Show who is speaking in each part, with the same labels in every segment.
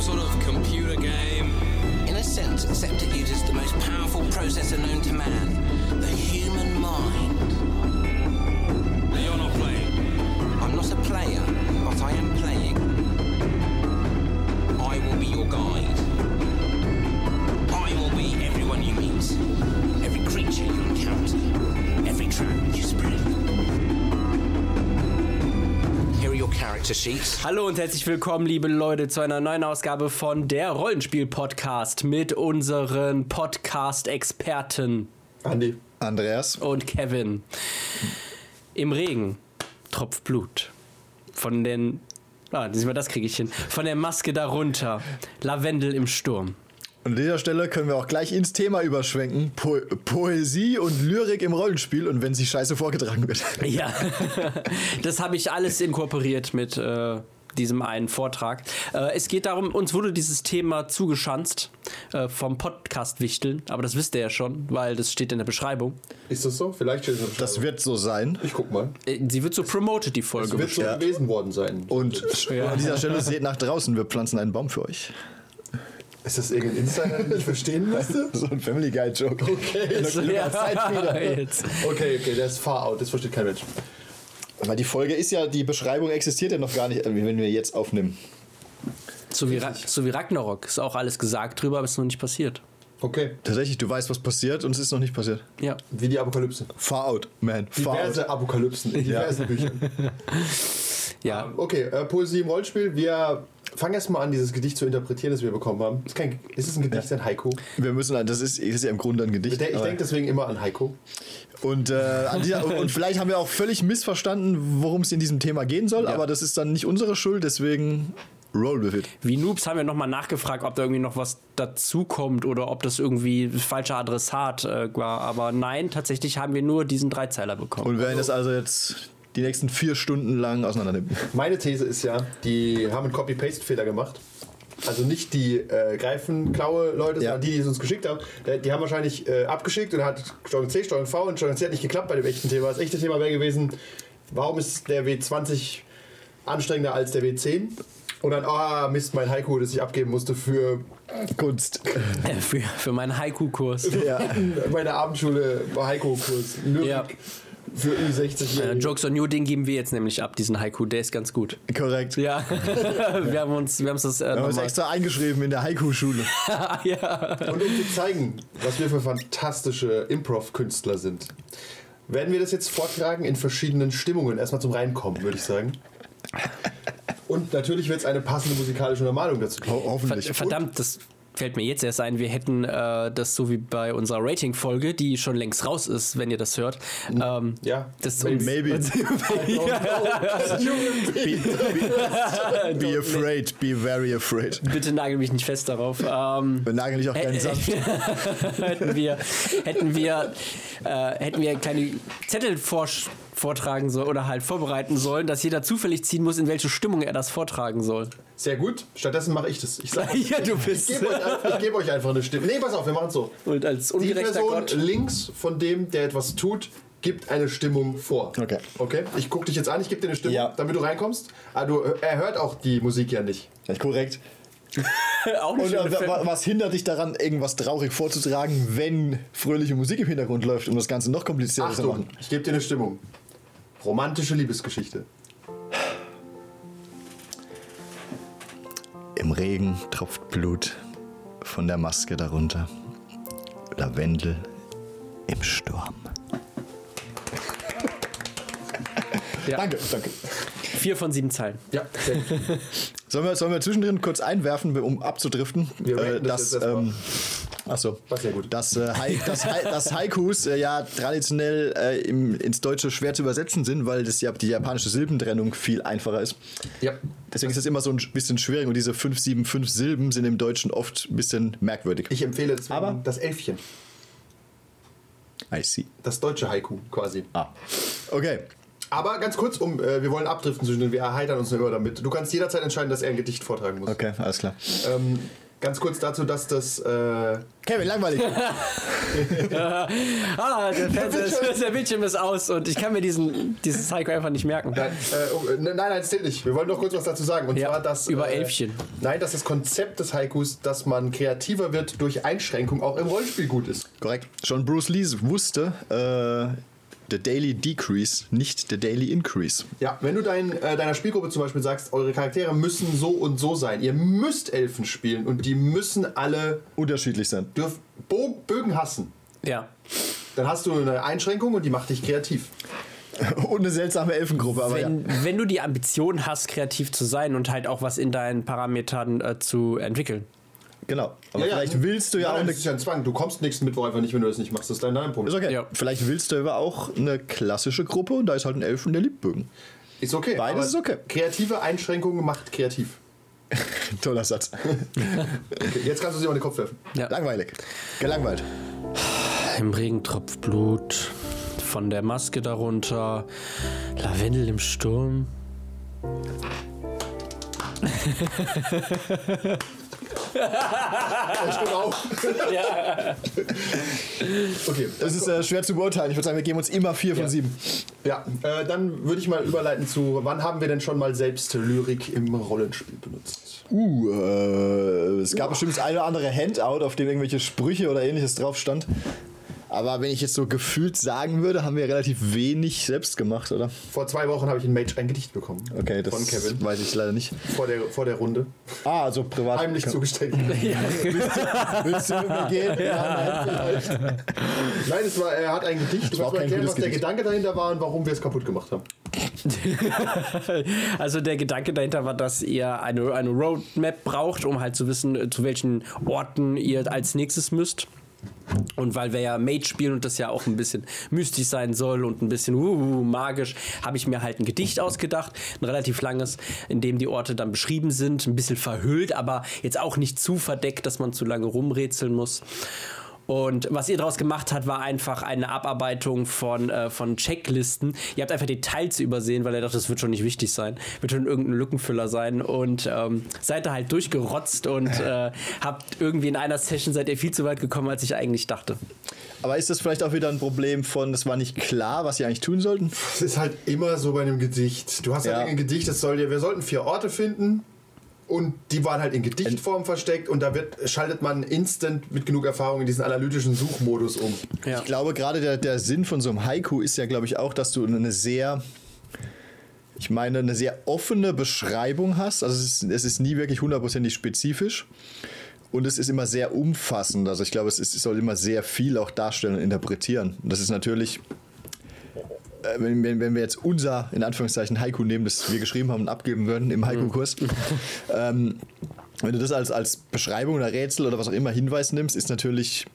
Speaker 1: sort of computer game.
Speaker 2: In a sense, Sceptic uses the most powerful processor known to man the human mind.
Speaker 1: Now you're not playing.
Speaker 2: I'm not a player, but I am playing. I will be your guide. I will be everyone you meet, every creature you encounter, every trap you spread. Here are your character sheets.
Speaker 3: Hallo und herzlich willkommen, liebe Leute, zu einer neuen Ausgabe von der Rollenspiel-Podcast mit unseren Podcast-Experten
Speaker 4: Andi.
Speaker 5: Andreas,
Speaker 3: und Kevin. Im Regen tropft Blut. Von den. Ah, sieh mal, das kriege ich hin. Von der Maske darunter. Lavendel im Sturm.
Speaker 5: an dieser Stelle können wir auch gleich ins Thema überschwenken. Po Poesie und Lyrik im Rollenspiel und wenn sie scheiße vorgetragen wird.
Speaker 3: Ja, das habe ich alles inkorporiert mit äh, diesem einen Vortrag. Äh, es geht darum, uns wurde dieses Thema zugeschanzt äh, vom Podcast Wichteln, aber das wisst ihr ja schon, weil das steht in der Beschreibung.
Speaker 4: Ist das so? Vielleicht steht es im
Speaker 5: Das wird so sein.
Speaker 4: Ich guck mal.
Speaker 3: Äh, Sie wird so promoted, die
Speaker 4: Es
Speaker 3: Folge.
Speaker 4: wird so gewesen worden sein.
Speaker 5: Und an dieser Stelle seht nach draußen, wir pflanzen einen Baum für euch.
Speaker 4: Ist das irgendein Insider, den ich verstehen müsste?
Speaker 5: So ein Family Guy Joke.
Speaker 4: Okay, das
Speaker 3: Ja,
Speaker 4: Zeit wieder.
Speaker 3: jetzt.
Speaker 4: Okay, okay, das ist far out, das versteht kein Mensch.
Speaker 5: Weil die Folge ist ja, die Beschreibung existiert ja noch gar nicht, äh, wenn wir jetzt aufnehmen.
Speaker 3: So wie, Ra- so wie Ragnarok. Ist auch alles gesagt drüber, aber ist noch nicht passiert.
Speaker 4: Okay.
Speaker 5: Tatsächlich, du weißt, was passiert und es ist noch nicht passiert.
Speaker 3: Ja.
Speaker 4: Wie die Apokalypse.
Speaker 5: Far out, man. Far out.
Speaker 4: Diverse Apokalypsen in diversen Büchern.
Speaker 3: Ja.
Speaker 4: Okay, äh, Poesie im Rollenspiel. Wir fangen erstmal an, dieses Gedicht zu interpretieren, das wir bekommen haben. Ist, kein, ist es ein Gedicht, ein Haiku?
Speaker 5: Wir müssen, an- das ist, ist ja im Grunde ein
Speaker 4: Ich,
Speaker 5: Gedicht.
Speaker 4: denk- ich
Speaker 5: aber-
Speaker 4: denke deswegen immer an Haiku.
Speaker 5: Und, äh, an dieser, und- und vielleicht haben wir auch völlig missverstanden, worum es in diesem Thema gehen soll, aber das ist dann nicht unsere Schuld, deswegen roll with it.
Speaker 3: Wie Noobs haben wir nochmal nachgefragt, ob da irgendwie noch was dazukommt oder ob das irgendwie falscher Adressat äh, war. Aber nein, tatsächlich haben wir nur diesen Dreizeiler bekommen.
Speaker 5: Und werden das also jetzt die nächsten vier Stunden lang auseinandernehmen.
Speaker 4: Meine These ist ja, die haben einen Copy-Paste-Fehler gemacht. Also nicht die äh, Greifen-Klaue-Leute,
Speaker 5: Ja.
Speaker 4: sondern die, die es uns geschickt haben. Die, die haben wahrscheinlich äh, abgeschickt und hat Steuerung C, Steuerung V und Steuerung C hat nicht geklappt bei dem echten Thema. Das echte Thema wäre gewesen, warum ist der W20 anstrengender als der W10? Und dann, ah, Mist, mein Haiku, das ich abgeben musste für
Speaker 5: Kunst.
Speaker 3: Äh, für, für meinen Haiku-Kurs.
Speaker 5: Ja.
Speaker 4: meine Abendschule Haiku-Kurs. Lyrik
Speaker 3: Ja.
Speaker 4: Für Ü60.
Speaker 3: Äh, Jokes on You, den geben wir jetzt nämlich ab, diesen Haiku. Der ist ganz gut.
Speaker 5: Korrekt.
Speaker 3: Ja, wir haben uns, wir haben das äh,
Speaker 5: Wir haben uns
Speaker 3: nochmal.
Speaker 5: extra eingeschrieben in der Haiku-Schule.
Speaker 3: ähm, ja.
Speaker 4: Und um zu zeigen, was wir für fantastische Improv-Künstler sind, werden wir das jetzt vortragen in verschiedenen Stimmungen. Erstmal zum Reinkommen, würde ich sagen. Und natürlich wird es eine passende musikalische Untermalung dazu geben.
Speaker 5: Ho hoffentlich.
Speaker 3: Verdammt, das fällt mir jetzt erst ein. Wir hätten äh, das so wie bei unserer Rating-Folge, die schon längst raus ist, wenn ihr das hört. Ähm,
Speaker 4: Ja.
Speaker 3: das
Speaker 4: Maybe.
Speaker 5: Maybe. be, be, be afraid, be very afraid.
Speaker 3: Bitte nagel mich nicht fest darauf. Ähm,
Speaker 5: Wir nageln dich auch
Speaker 3: Hä-
Speaker 5: ganz sanft.
Speaker 3: hätten wir, hätten wir, äh, hätten wir kleine Zettel vorsch- vortragen sollen oder halt vorbereiten sollen, dass jeder zufällig ziehen muss, in welche Stimmung er das vortragen soll.
Speaker 4: Sehr gut. Stattdessen mache ich das. Ich, sag- ich
Speaker 3: ja, du bist.
Speaker 4: gebe euch, ein- ich geb euch einfach eine Stimme. Nee, pass auf, wir machen es so.
Speaker 3: Und als
Speaker 4: Die
Speaker 3: ungerechter
Speaker 4: Person
Speaker 3: Gott.
Speaker 4: links von dem, der etwas tut, gibt eine Stimmung vor.
Speaker 5: Okay.
Speaker 4: Okay? Ich gucke dich jetzt an, ich gebe dir eine Stimmung,
Speaker 5: Ja.
Speaker 4: damit du reinkommst. Ah, du, er hört auch die Musik ja nicht.
Speaker 5: Ja, Korrekt.
Speaker 3: Auch eine
Speaker 5: Und äh,
Speaker 3: schöne
Speaker 5: wa-
Speaker 3: Fe-
Speaker 5: wa- was hindert dich daran, irgendwas traurig vorzutragen, wenn fröhliche Musik im Hintergrund läuft, um das Ganze noch komplizierter zu
Speaker 4: Achtung,
Speaker 5: machen?
Speaker 4: ich gebe dir eine Stimmung. Romantische Liebesgeschichte.
Speaker 5: Im Regen tropft Blut von der Maske darunter. Lavendel im Sturm.
Speaker 3: Ja.
Speaker 5: Danke, danke.
Speaker 3: Vier von sieben Zeilen.
Speaker 4: Ja,
Speaker 5: Sollen wir, sollen wir zwischendrin kurz einwerfen, um abzudriften?
Speaker 4: Wir raten das jetzt erstmal.
Speaker 5: ähm, Achso.
Speaker 4: War sehr gut.
Speaker 5: Dass, äh, Hai, dass, Hai, dass Haikus äh, ja traditionell äh, im, ins Deutsche schwer zu übersetzen sind, weil das ja die japanische Silbentrennung viel einfacher ist.
Speaker 4: ja.
Speaker 5: Deswegen ist das immer so ein bisschen schwierig und diese 5, 7, 5 Silben sind im Deutschen oft ein bisschen merkwürdig.
Speaker 4: Ich empfehle deswegen
Speaker 5: Aber-
Speaker 4: das Elfchen.
Speaker 5: I see.
Speaker 4: Das deutsche Haiku quasi.
Speaker 5: Ah. Okay.
Speaker 4: Aber ganz kurz, um, äh, wir wollen abdriften zwischen den, wir erheitern uns nur immer damit. Du kannst jederzeit entscheiden, dass er ein Gedicht vortragen muss.
Speaker 5: Okay, alles klar.
Speaker 4: Ähm, Ganz kurz dazu, dass das. Äh,
Speaker 5: Kevin, langweilig.
Speaker 3: Ah, der Fernseher ist, der Bildschirm ist aus und ich kann mir diesen, diesen Psycho einfach nicht merken.
Speaker 4: Nein, äh, oh, nein, nein, das zählt nicht. Wir wollen noch kurz was dazu sagen. Und
Speaker 3: Ja,
Speaker 4: zwar, dass.
Speaker 3: über
Speaker 4: äh,
Speaker 3: Elfchen.
Speaker 4: Nein, dass das Konzept des Haikus, dass man kreativer wird durch Einschränkung, auch im Rollenspiel gut ist.
Speaker 5: Korrekt. Schon Bruce Lee wusste, äh, the daily decrease, nicht the daily increase.
Speaker 4: Ja, wenn du dein, äh, deiner Spielgruppe zum Beispiel sagst, eure Charaktere müssen so und so sein, ihr müsst Elfen spielen und die müssen alle
Speaker 5: Unterschiedlich sein.
Speaker 4: dürf Bo Bögen hassen,
Speaker 3: Ja.
Speaker 4: dann hast du eine Einschränkung und die macht dich kreativ.
Speaker 5: Und eine seltsame Elfengruppe,
Speaker 4: Oh
Speaker 5: aber ja.
Speaker 3: Wenn, wenn du die Ambition hast, kreativ zu sein und halt auch was in deinen Parametern äh, zu entwickeln.
Speaker 5: Genau. Aber vielleicht willst du ja
Speaker 4: ne? nein,
Speaker 5: auch eine.
Speaker 4: Das ist ja ein Zwang. Du kommst nächsten Mittwoch einfach nicht, wenn du das nicht machst. Das ist dein, dein
Speaker 5: Ist
Speaker 4: Problem.
Speaker 5: okay.
Speaker 3: Ja.
Speaker 5: Vielleicht willst du aber auch eine klassische Gruppe und da ist halt ein Elfen, der liebt Bögen.
Speaker 4: Ist okay.
Speaker 5: Beides
Speaker 4: aber
Speaker 5: ist okay.
Speaker 4: Kreative Einschränkung macht kreativ.
Speaker 5: Toller Satz.
Speaker 4: Okay, jetzt kannst du sie über den Kopf werfen.
Speaker 5: Langweilig. Gelangweilt.
Speaker 3: Im Regentropf Blut, von der Maske darunter, Lavendel im Sturm.
Speaker 4: Genau. okay.
Speaker 5: Das ist äh, schwer zu beurteilen. Ich würde sagen, wir geben uns immer vier von sieben.
Speaker 4: Ja, äh, dann würde ich mal überleiten zu, wann haben wir denn schon mal selbst Lyrik im Rollenspiel benutzt?
Speaker 5: Uh, äh, es gab bestimmt das eine oder andere Handout, auf dem irgendwelche Sprüche oder ähnliches drauf stand. Aber wenn ich jetzt so gefühlt sagen würde, haben wir relativ wenig selbst gemacht, oder?
Speaker 4: Vor zwei Wochen habe ich in Mage ein Gedicht bekommen.
Speaker 5: Okay, das
Speaker 4: Von Kevin.
Speaker 5: weiß ich leider nicht.
Speaker 4: Vor der, vor der Runde.
Speaker 5: Ah, also privat.
Speaker 4: Heimlich
Speaker 5: Kann-
Speaker 4: zugesteckt.
Speaker 5: Willst du übergehen? ja, nein. halt.
Speaker 4: Nein, es war, er hat ein Gedicht. Du
Speaker 5: war
Speaker 4: musst
Speaker 5: auch
Speaker 4: mal
Speaker 5: kein
Speaker 4: erklären,
Speaker 5: gutes
Speaker 4: was der
Speaker 5: Gedicht.
Speaker 4: Gedanke dahinter war und warum wir es kaputt gemacht haben.
Speaker 3: also der Gedanke dahinter war, dass ihr eine, eine Roadmap braucht, um halt zu wissen, äh, zu welchen Orten ihr als nächstes müsst. Und weil wir ja Mage spielen und das ja auch ein bisschen mystisch sein soll und ein bisschen uh, magisch, habe ich mir halt ein Gedicht ausgedacht, ein relativ langes, in dem die Orte dann beschrieben sind, ein bisschen verhüllt, aber jetzt auch nicht zu verdeckt, dass man zu lange rumrätseln muss. Und was ihr daraus gemacht habt, war einfach eine Abarbeitung von, äh, von Checklisten. Ihr habt einfach Details übersehen, weil ihr dachtet, das wird schon nicht wichtig sein. Wird schon irgendein Lückenfüller sein. Und ähm, seid da halt durchgerotzt und äh, habt irgendwie in einer Session seid ihr viel zu weit gekommen, als ich eigentlich dachte.
Speaker 5: Aber ist das vielleicht auch wieder ein Problem von, es war nicht klar, was sie eigentlich tun sollten?
Speaker 4: Es ist halt immer so bei einem Gedicht. Du hast
Speaker 5: Ja.
Speaker 4: halt ein Gedicht, das soll dir, wir sollten vier Orte finden. Und die waren halt in Gedichtform versteckt und da wird, schaltet man instant mit genug Erfahrung in diesen analytischen Suchmodus um.
Speaker 3: Ja.
Speaker 5: Ich glaube, gerade der, der Sinn von so einem Haiku ist ja, glaube ich, auch, dass du eine sehr, ich meine, eine sehr offene Beschreibung hast. Also es ist, es ist nie wirklich hundertprozentig spezifisch. Und es ist immer sehr umfassend. Also ich glaube, es, ist, es soll immer sehr viel auch darstellen und interpretieren. Und das ist natürlich, äh, wenn, wenn, wenn wir jetzt unser, in Anführungszeichen, Haiku nehmen, das wir geschrieben haben und abgeben würden im Haiku-Kurs, ähm, wenn du das als, als Beschreibung oder Rätsel oder was auch immer Hinweis nimmst, ist natürlich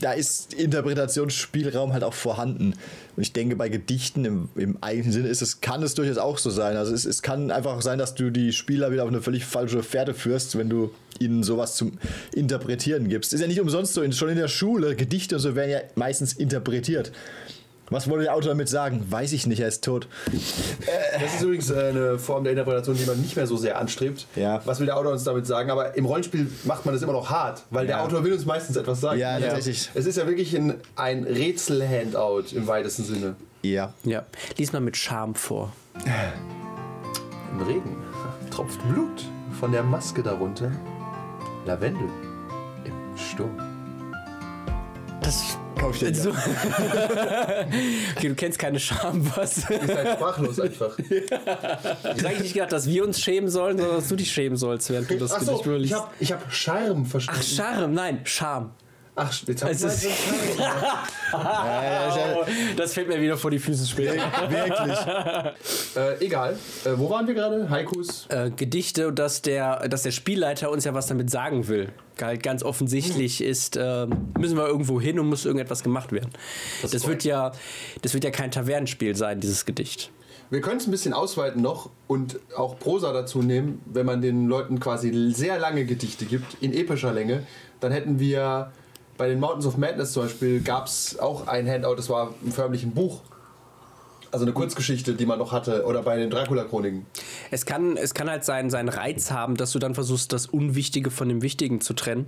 Speaker 5: da ist Interpretationsspielraum halt auch vorhanden. Und ich denke, bei Gedichten im, im eigentlichen Sinne ist es, kann es durchaus auch so sein. Also es, es kann einfach auch sein, dass du die Spieler wieder auf eine völlig falsche Fährte führst, wenn du ihnen sowas zum Interpretieren gibst. Ist ja nicht umsonst so, in, schon in der Schule, Gedichte und so werden ja meistens interpretiert. Was wollte der Autor damit sagen? Weiß ich nicht, er ist tot.
Speaker 4: Das ist übrigens äh, eine Form der Interpretation, die man nicht mehr so sehr anstrebt.
Speaker 5: Ja.
Speaker 4: Was will der Autor uns damit sagen? Aber im Rollenspiel macht man das immer noch hart, weil der Autor will uns meistens etwas sagen.
Speaker 5: Ja, tatsächlich.
Speaker 4: Es ist ja wirklich ein, ein Rätsel-Handout im weitesten Sinne.
Speaker 5: Ja.
Speaker 3: ja. Lies mal mit Charme vor.
Speaker 4: Im Regen tropft Blut von der Maske darunter. Lavendel im Sturm.
Speaker 3: Das.
Speaker 5: Kauf ich dir
Speaker 3: So. okay, du kennst keine Scham, was?
Speaker 4: Ist halt sprachlos einfach.
Speaker 3: Ich habe nicht gedacht, dass wir uns schämen sollen, sondern dass du dich schämen sollst, während du das
Speaker 4: Ach
Speaker 3: Gedicht
Speaker 4: so, ich
Speaker 3: überliest.
Speaker 4: hab, ich hab Charme
Speaker 3: Ach,
Speaker 4: verstanden.
Speaker 3: Charme, nein, Scham.
Speaker 4: Ach, jetzt hab ich
Speaker 3: Es ist-
Speaker 5: ja,
Speaker 3: Das fällt mir wieder vor die Füße später.
Speaker 5: Wirklich.
Speaker 4: äh, Egal. Äh, wo waren wir gerade? Haikus?
Speaker 3: äh, Gedichte und dass der, dass der Spielleiter uns ja was damit sagen will. Halt ganz offensichtlich ist, äh, müssen wir irgendwo hin und muss irgendetwas gemacht werden. Das, wird, ja, das wird ja kein Tavernenspiel sein, dieses Gedicht.
Speaker 4: Wir können es ein bisschen ausweiten noch und auch Prosa dazu nehmen, wenn man den Leuten quasi sehr lange Gedichte gibt, in epischer Länge, dann hätten wir bei den Mountains of Madness zum Beispiel gab es auch ein Handout, das war förmlich ein Buch. Also eine Kurzgeschichte, die man noch hatte. Oder bei den Dracula-Chroniken.
Speaker 3: Es kann, es kann halt seinen, seinen Reiz haben, dass du dann versuchst, das Unwichtige von dem Wichtigen zu trennen.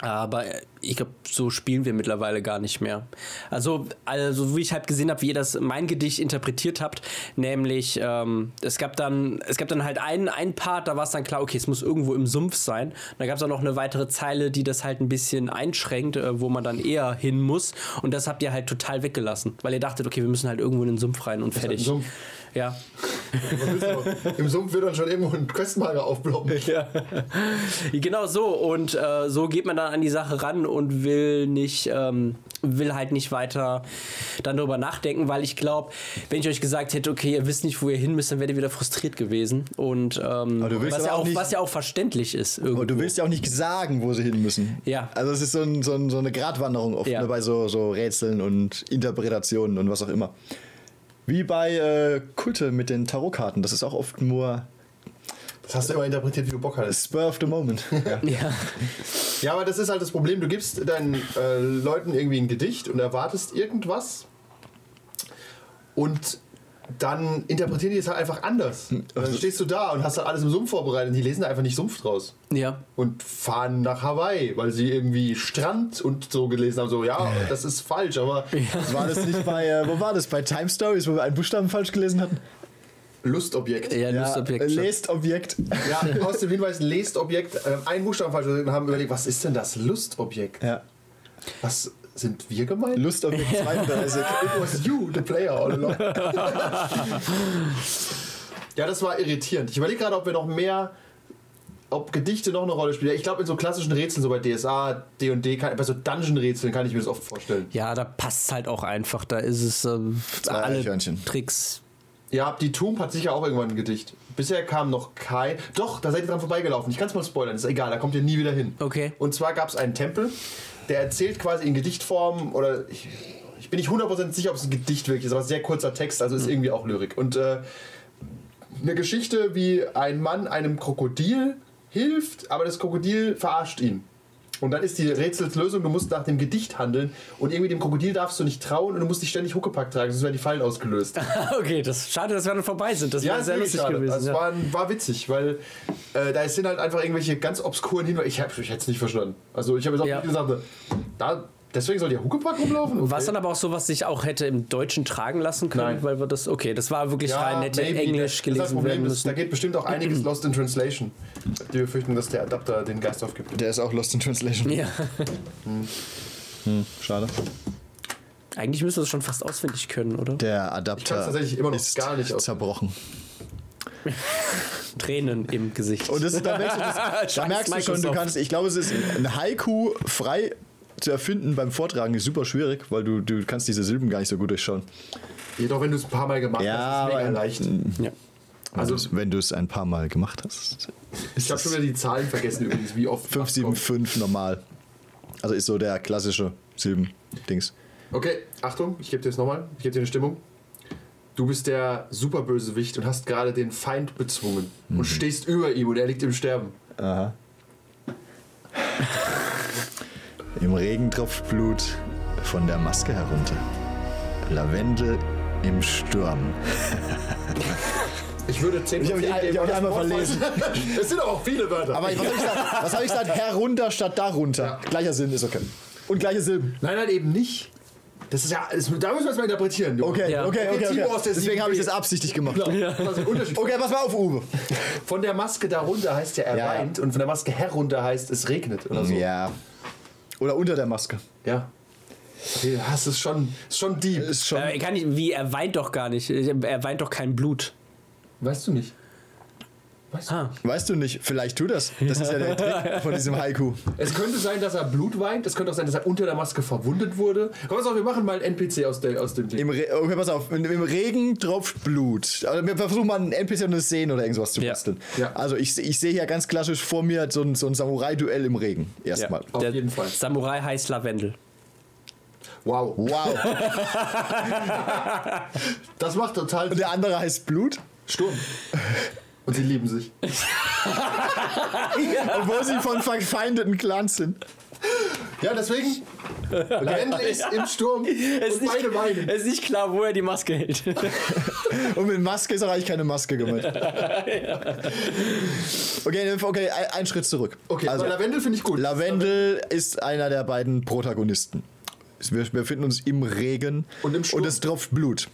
Speaker 3: Aber ich glaube, so spielen wir mittlerweile gar nicht mehr. Also, also wie ich halt gesehen habe, wie ihr das mein Gedicht interpretiert habt, nämlich ähm, es gab dann, es gab dann halt einen, einen Part, da war es dann klar, okay, es muss irgendwo im Sumpf sein. Und da gab es auch noch eine weitere Zeile, die das halt ein bisschen einschränkt, äh, wo man dann eher hin muss. Und das habt ihr halt total weggelassen, weil ihr dachtet, okay, wir müssen halt irgendwo in den Sumpf rein und fertig.
Speaker 4: Sumpf.
Speaker 3: Ja.
Speaker 4: Im Sumpf wird dann schon irgendwo ein Köstenmager aufploppen.
Speaker 3: Ja. genau so. Und äh, so geht man dann an die Sache ran und will nicht, ähm, will halt nicht weiter dann darüber nachdenken, weil ich glaube, wenn ich euch gesagt hätte, okay, ihr wisst nicht, wo ihr hin müsst, dann wärt ihr wieder frustriert gewesen. Und ähm,
Speaker 5: Aber du willst
Speaker 3: was, ja
Speaker 5: aber auch
Speaker 3: auch,
Speaker 5: nicht-
Speaker 3: was ja auch verständlich ist.
Speaker 5: Aber
Speaker 3: Irgendwo.
Speaker 5: du willst ja auch nicht sagen, wo sie hin müssen.
Speaker 3: Ja.
Speaker 5: Also es ist so, ein, so, ein, so eine Gratwanderung oft
Speaker 3: Ja.
Speaker 5: ne, bei so, so Rätseln und Interpretationen und was auch immer. Wie bei äh, Kulte mit den Tarotkarten. Das ist auch oft nur
Speaker 4: Das hast du immer interpretiert, wie du Bock hattest.
Speaker 5: Spur of the Moment.
Speaker 3: Ja.
Speaker 4: Ja, aber das ist halt das Problem. Du gibst deinen äh, Leuten irgendwie ein Gedicht und erwartest irgendwas. Und dann interpretieren die es halt einfach anders.
Speaker 5: Hm,
Speaker 4: Und dann
Speaker 5: also
Speaker 4: stehst du da und hast dann alles im Sumpf vorbereitet und die lesen da einfach nicht Sumpf draus.
Speaker 3: ja.
Speaker 4: Und fahren nach Hawaii, weil sie irgendwie Strand und so gelesen haben. So, ja, das ist falsch, aber
Speaker 5: War das nicht bei, äh, wo war das? Bei Time Stories, wo wir einen Buchstaben falsch gelesen hatten?
Speaker 4: Lustobjekt.
Speaker 3: Ja, Lustobjekt.
Speaker 5: Ja, äh,
Speaker 3: schon.
Speaker 5: lest Objekt.
Speaker 4: Ja, aus dem Hinweis, lest Objekt, äh, einen Buchstaben falsch und haben überlegt, was ist denn das Lustobjekt?
Speaker 5: Ja.
Speaker 4: Was sind wir gemeint?
Speaker 5: Lustobjekt 32.
Speaker 4: also, It was you, the player all along. ja, das war irritierend. Ich überlege gerade, ob wir noch mehr, ob Gedichte noch eine Rolle spielen. Ich glaube, in so klassischen Rätseln, so bei DSA, D&D, kann- bei so Dungeon-Rätseln kann ich mir das oft vorstellen.
Speaker 3: ja, da passt halt auch einfach. Da ist es ähm,
Speaker 5: Zwei
Speaker 3: alle
Speaker 5: Eichhörnchen.
Speaker 3: Tricks.
Speaker 4: Ja, die Tomb hat sicher auch irgendwann ein Gedicht. Bisher kam noch kein. Doch, da seid ihr dran vorbeigelaufen. Ich kann es mal spoilern, ist egal, da kommt ihr nie wieder hin.
Speaker 3: Okay.
Speaker 4: Und zwar gab es einen Tempel, der erzählt quasi in Gedichtform oder. Ich, ich bin nicht 100% sicher, ob es ein Gedicht wirklich ist, aber es ist ein sehr kurzer Text, also ist irgendwie auch Lyrik. Und äh, eine Geschichte, wie ein Mann einem Krokodil hilft, aber das Krokodil verarscht ihn. Und dann ist die Rätselslösung, du musst nach dem Gedicht handeln und irgendwie dem Krokodil darfst du nicht trauen und du musst dich ständig Huckepack tragen, sonst werden die Fallen ausgelöst.
Speaker 3: okay, das schade, dass wir dann vorbei sind. Das
Speaker 4: Ja,
Speaker 3: wäre
Speaker 4: ist
Speaker 3: sehr
Speaker 4: wirklich
Speaker 3: lustig
Speaker 4: schade.
Speaker 3: gewesen.
Speaker 4: Also,
Speaker 3: ja.
Speaker 4: Es war, war witzig, weil äh, da sind halt einfach irgendwelche ganz obskuren Hinweise. Ich, hab- ich hätte es nicht verstanden. Also ich habe jetzt auch
Speaker 3: Ja.
Speaker 4: gesagt, da, deswegen soll der Huckepack rumlaufen? Okay.
Speaker 3: War es dann aber auch so, was sich auch hätte im Deutschen tragen lassen können?
Speaker 4: Äh, Nein.
Speaker 3: Weil wir das, okay, das war wirklich rein, hätte
Speaker 4: maybe.
Speaker 3: Englisch
Speaker 4: Das ist das
Speaker 3: gelesen
Speaker 4: Problem,
Speaker 3: werden
Speaker 4: das- Da
Speaker 3: müssen.
Speaker 4: geht bestimmt auch einiges lost in translation. Die befürchten, dass der Adapter den Geist aufgibt.
Speaker 5: Der ist auch Lost in Translation.
Speaker 3: Ja.
Speaker 5: Schade.
Speaker 3: Eigentlich müssen wir das schon fast auswendig können, oder?
Speaker 5: Der Adapter ich
Speaker 4: kann's tatsächlich immer noch
Speaker 5: ist
Speaker 4: gar nicht aus-
Speaker 5: zerbrochen.
Speaker 3: Tränen im Gesicht.
Speaker 5: Und das, da merkst du, das, da
Speaker 3: Scheiß
Speaker 5: merkst du schon, du
Speaker 3: Microsoft.
Speaker 5: kannst, ich glaube, es ist ein Haiku frei zu erfinden beim Vortragen ist super schwierig, weil du, du kannst diese Silben gar nicht so gut durchschauen.
Speaker 4: Jedoch, wenn du es ein paar Mal gemacht
Speaker 5: Ja,
Speaker 4: hast, ist es mega
Speaker 5: aber-
Speaker 4: leicht.
Speaker 3: ja.
Speaker 5: Also, wenn du es ein paar Mal gemacht hast.
Speaker 4: Ich habe schon wieder die Zahlen vergessen übrigens, wie oft.
Speaker 5: 575 normal. Also ist so der klassische Silben-Dings.
Speaker 4: Okay, Achtung, ich gebe dir das nochmal. Ich gebe dir eine Stimmung. Du bist der Superbösewicht und hast gerade den Feind bezwungen
Speaker 5: Mhm.
Speaker 4: und stehst über ihm und er liegt im Sterben.
Speaker 5: Im Regen tropft Blut von der Maske herunter. Lavendel im Sturm.
Speaker 4: Ich würde 10
Speaker 5: Ich hab mich ein- ich hab mich einmal verlesen.
Speaker 4: Es sind auch viele Wörter.
Speaker 5: Aber was habe ich gesagt? Was hab ich gesagt? Herunter statt darunter.
Speaker 4: Ja.
Speaker 5: Gleicher Sinn ist okay. Und gleiche Silben.
Speaker 4: nein, nein, eben nicht. Das ist ja, das, da müssen wir es mal interpretieren. Junge.
Speaker 5: Okay,
Speaker 3: Ja.
Speaker 5: okay, okay.
Speaker 4: Timo aus
Speaker 5: okay.
Speaker 4: der
Speaker 5: Deswegen habe ich
Speaker 4: 7B.
Speaker 5: das absichtlich gemacht.
Speaker 4: Genau. Das ist ein Unterschied.
Speaker 5: Okay, pass mal auf, Uwe.
Speaker 4: Von der Maske darunter heißt ja er
Speaker 5: Ja, ja.
Speaker 4: weint und von der Maske herunter heißt es regnet oder so.
Speaker 5: Ja. Oder unter der Maske.
Speaker 4: ja. Okay, das ist schon, ist schon deep.
Speaker 5: Ist schon.
Speaker 3: Äh, er kann nicht, wie, er weint doch gar nicht. Er weint doch kein Blut.
Speaker 4: Weißt du nicht? Weißt du?
Speaker 3: Ah.
Speaker 5: Weißt du nicht, vielleicht tut das. Das ist ja der Trick von diesem Haiku.
Speaker 4: Es könnte sein, dass er Blut weint. Es könnte auch sein, dass er unter der Maske verwundet wurde. Komm, pass auf, wir machen mal einen NPC aus, der, aus dem Ding.
Speaker 5: Im Re okay, pass auf, im im Regen tropft Blut. Also wir versuchen mal einen NPC und eine Szene oder irgendwas zu
Speaker 3: Ja.
Speaker 5: basteln.
Speaker 4: Ja.
Speaker 5: Also ich, se- ich sehe ja ganz klassisch vor mir so ein, so ein Samurai-Duell im Regen.
Speaker 3: Ja.
Speaker 5: Erstmal.
Speaker 4: Auf
Speaker 3: Der
Speaker 4: jeden Fall.
Speaker 3: Samurai heißt Lavendel.
Speaker 4: Wow.
Speaker 5: Wow.
Speaker 4: Das macht total
Speaker 5: Und der andere heißt Blut.
Speaker 4: Sturm. Und sie lieben sich.
Speaker 5: Obwohl sie von verfeindeten Clans sind.
Speaker 4: Ja, deswegen, Landley ist im Sturm
Speaker 3: Es ist,
Speaker 4: und beide
Speaker 3: nicht,
Speaker 4: weinen.
Speaker 3: es ist nicht klar, wo er die Maske hält.
Speaker 5: Und mit Maske ist auch eigentlich keine Maske gemeint. Okay, okay, ein, ein Schritt zurück.
Speaker 4: Okay,
Speaker 5: also,
Speaker 4: aber Lavendel finde ich gut.
Speaker 5: Lavendel ist einer der beiden Protagonisten. Wir befinden uns im Regen
Speaker 4: Und im Sturm.
Speaker 5: und es tropft Blut.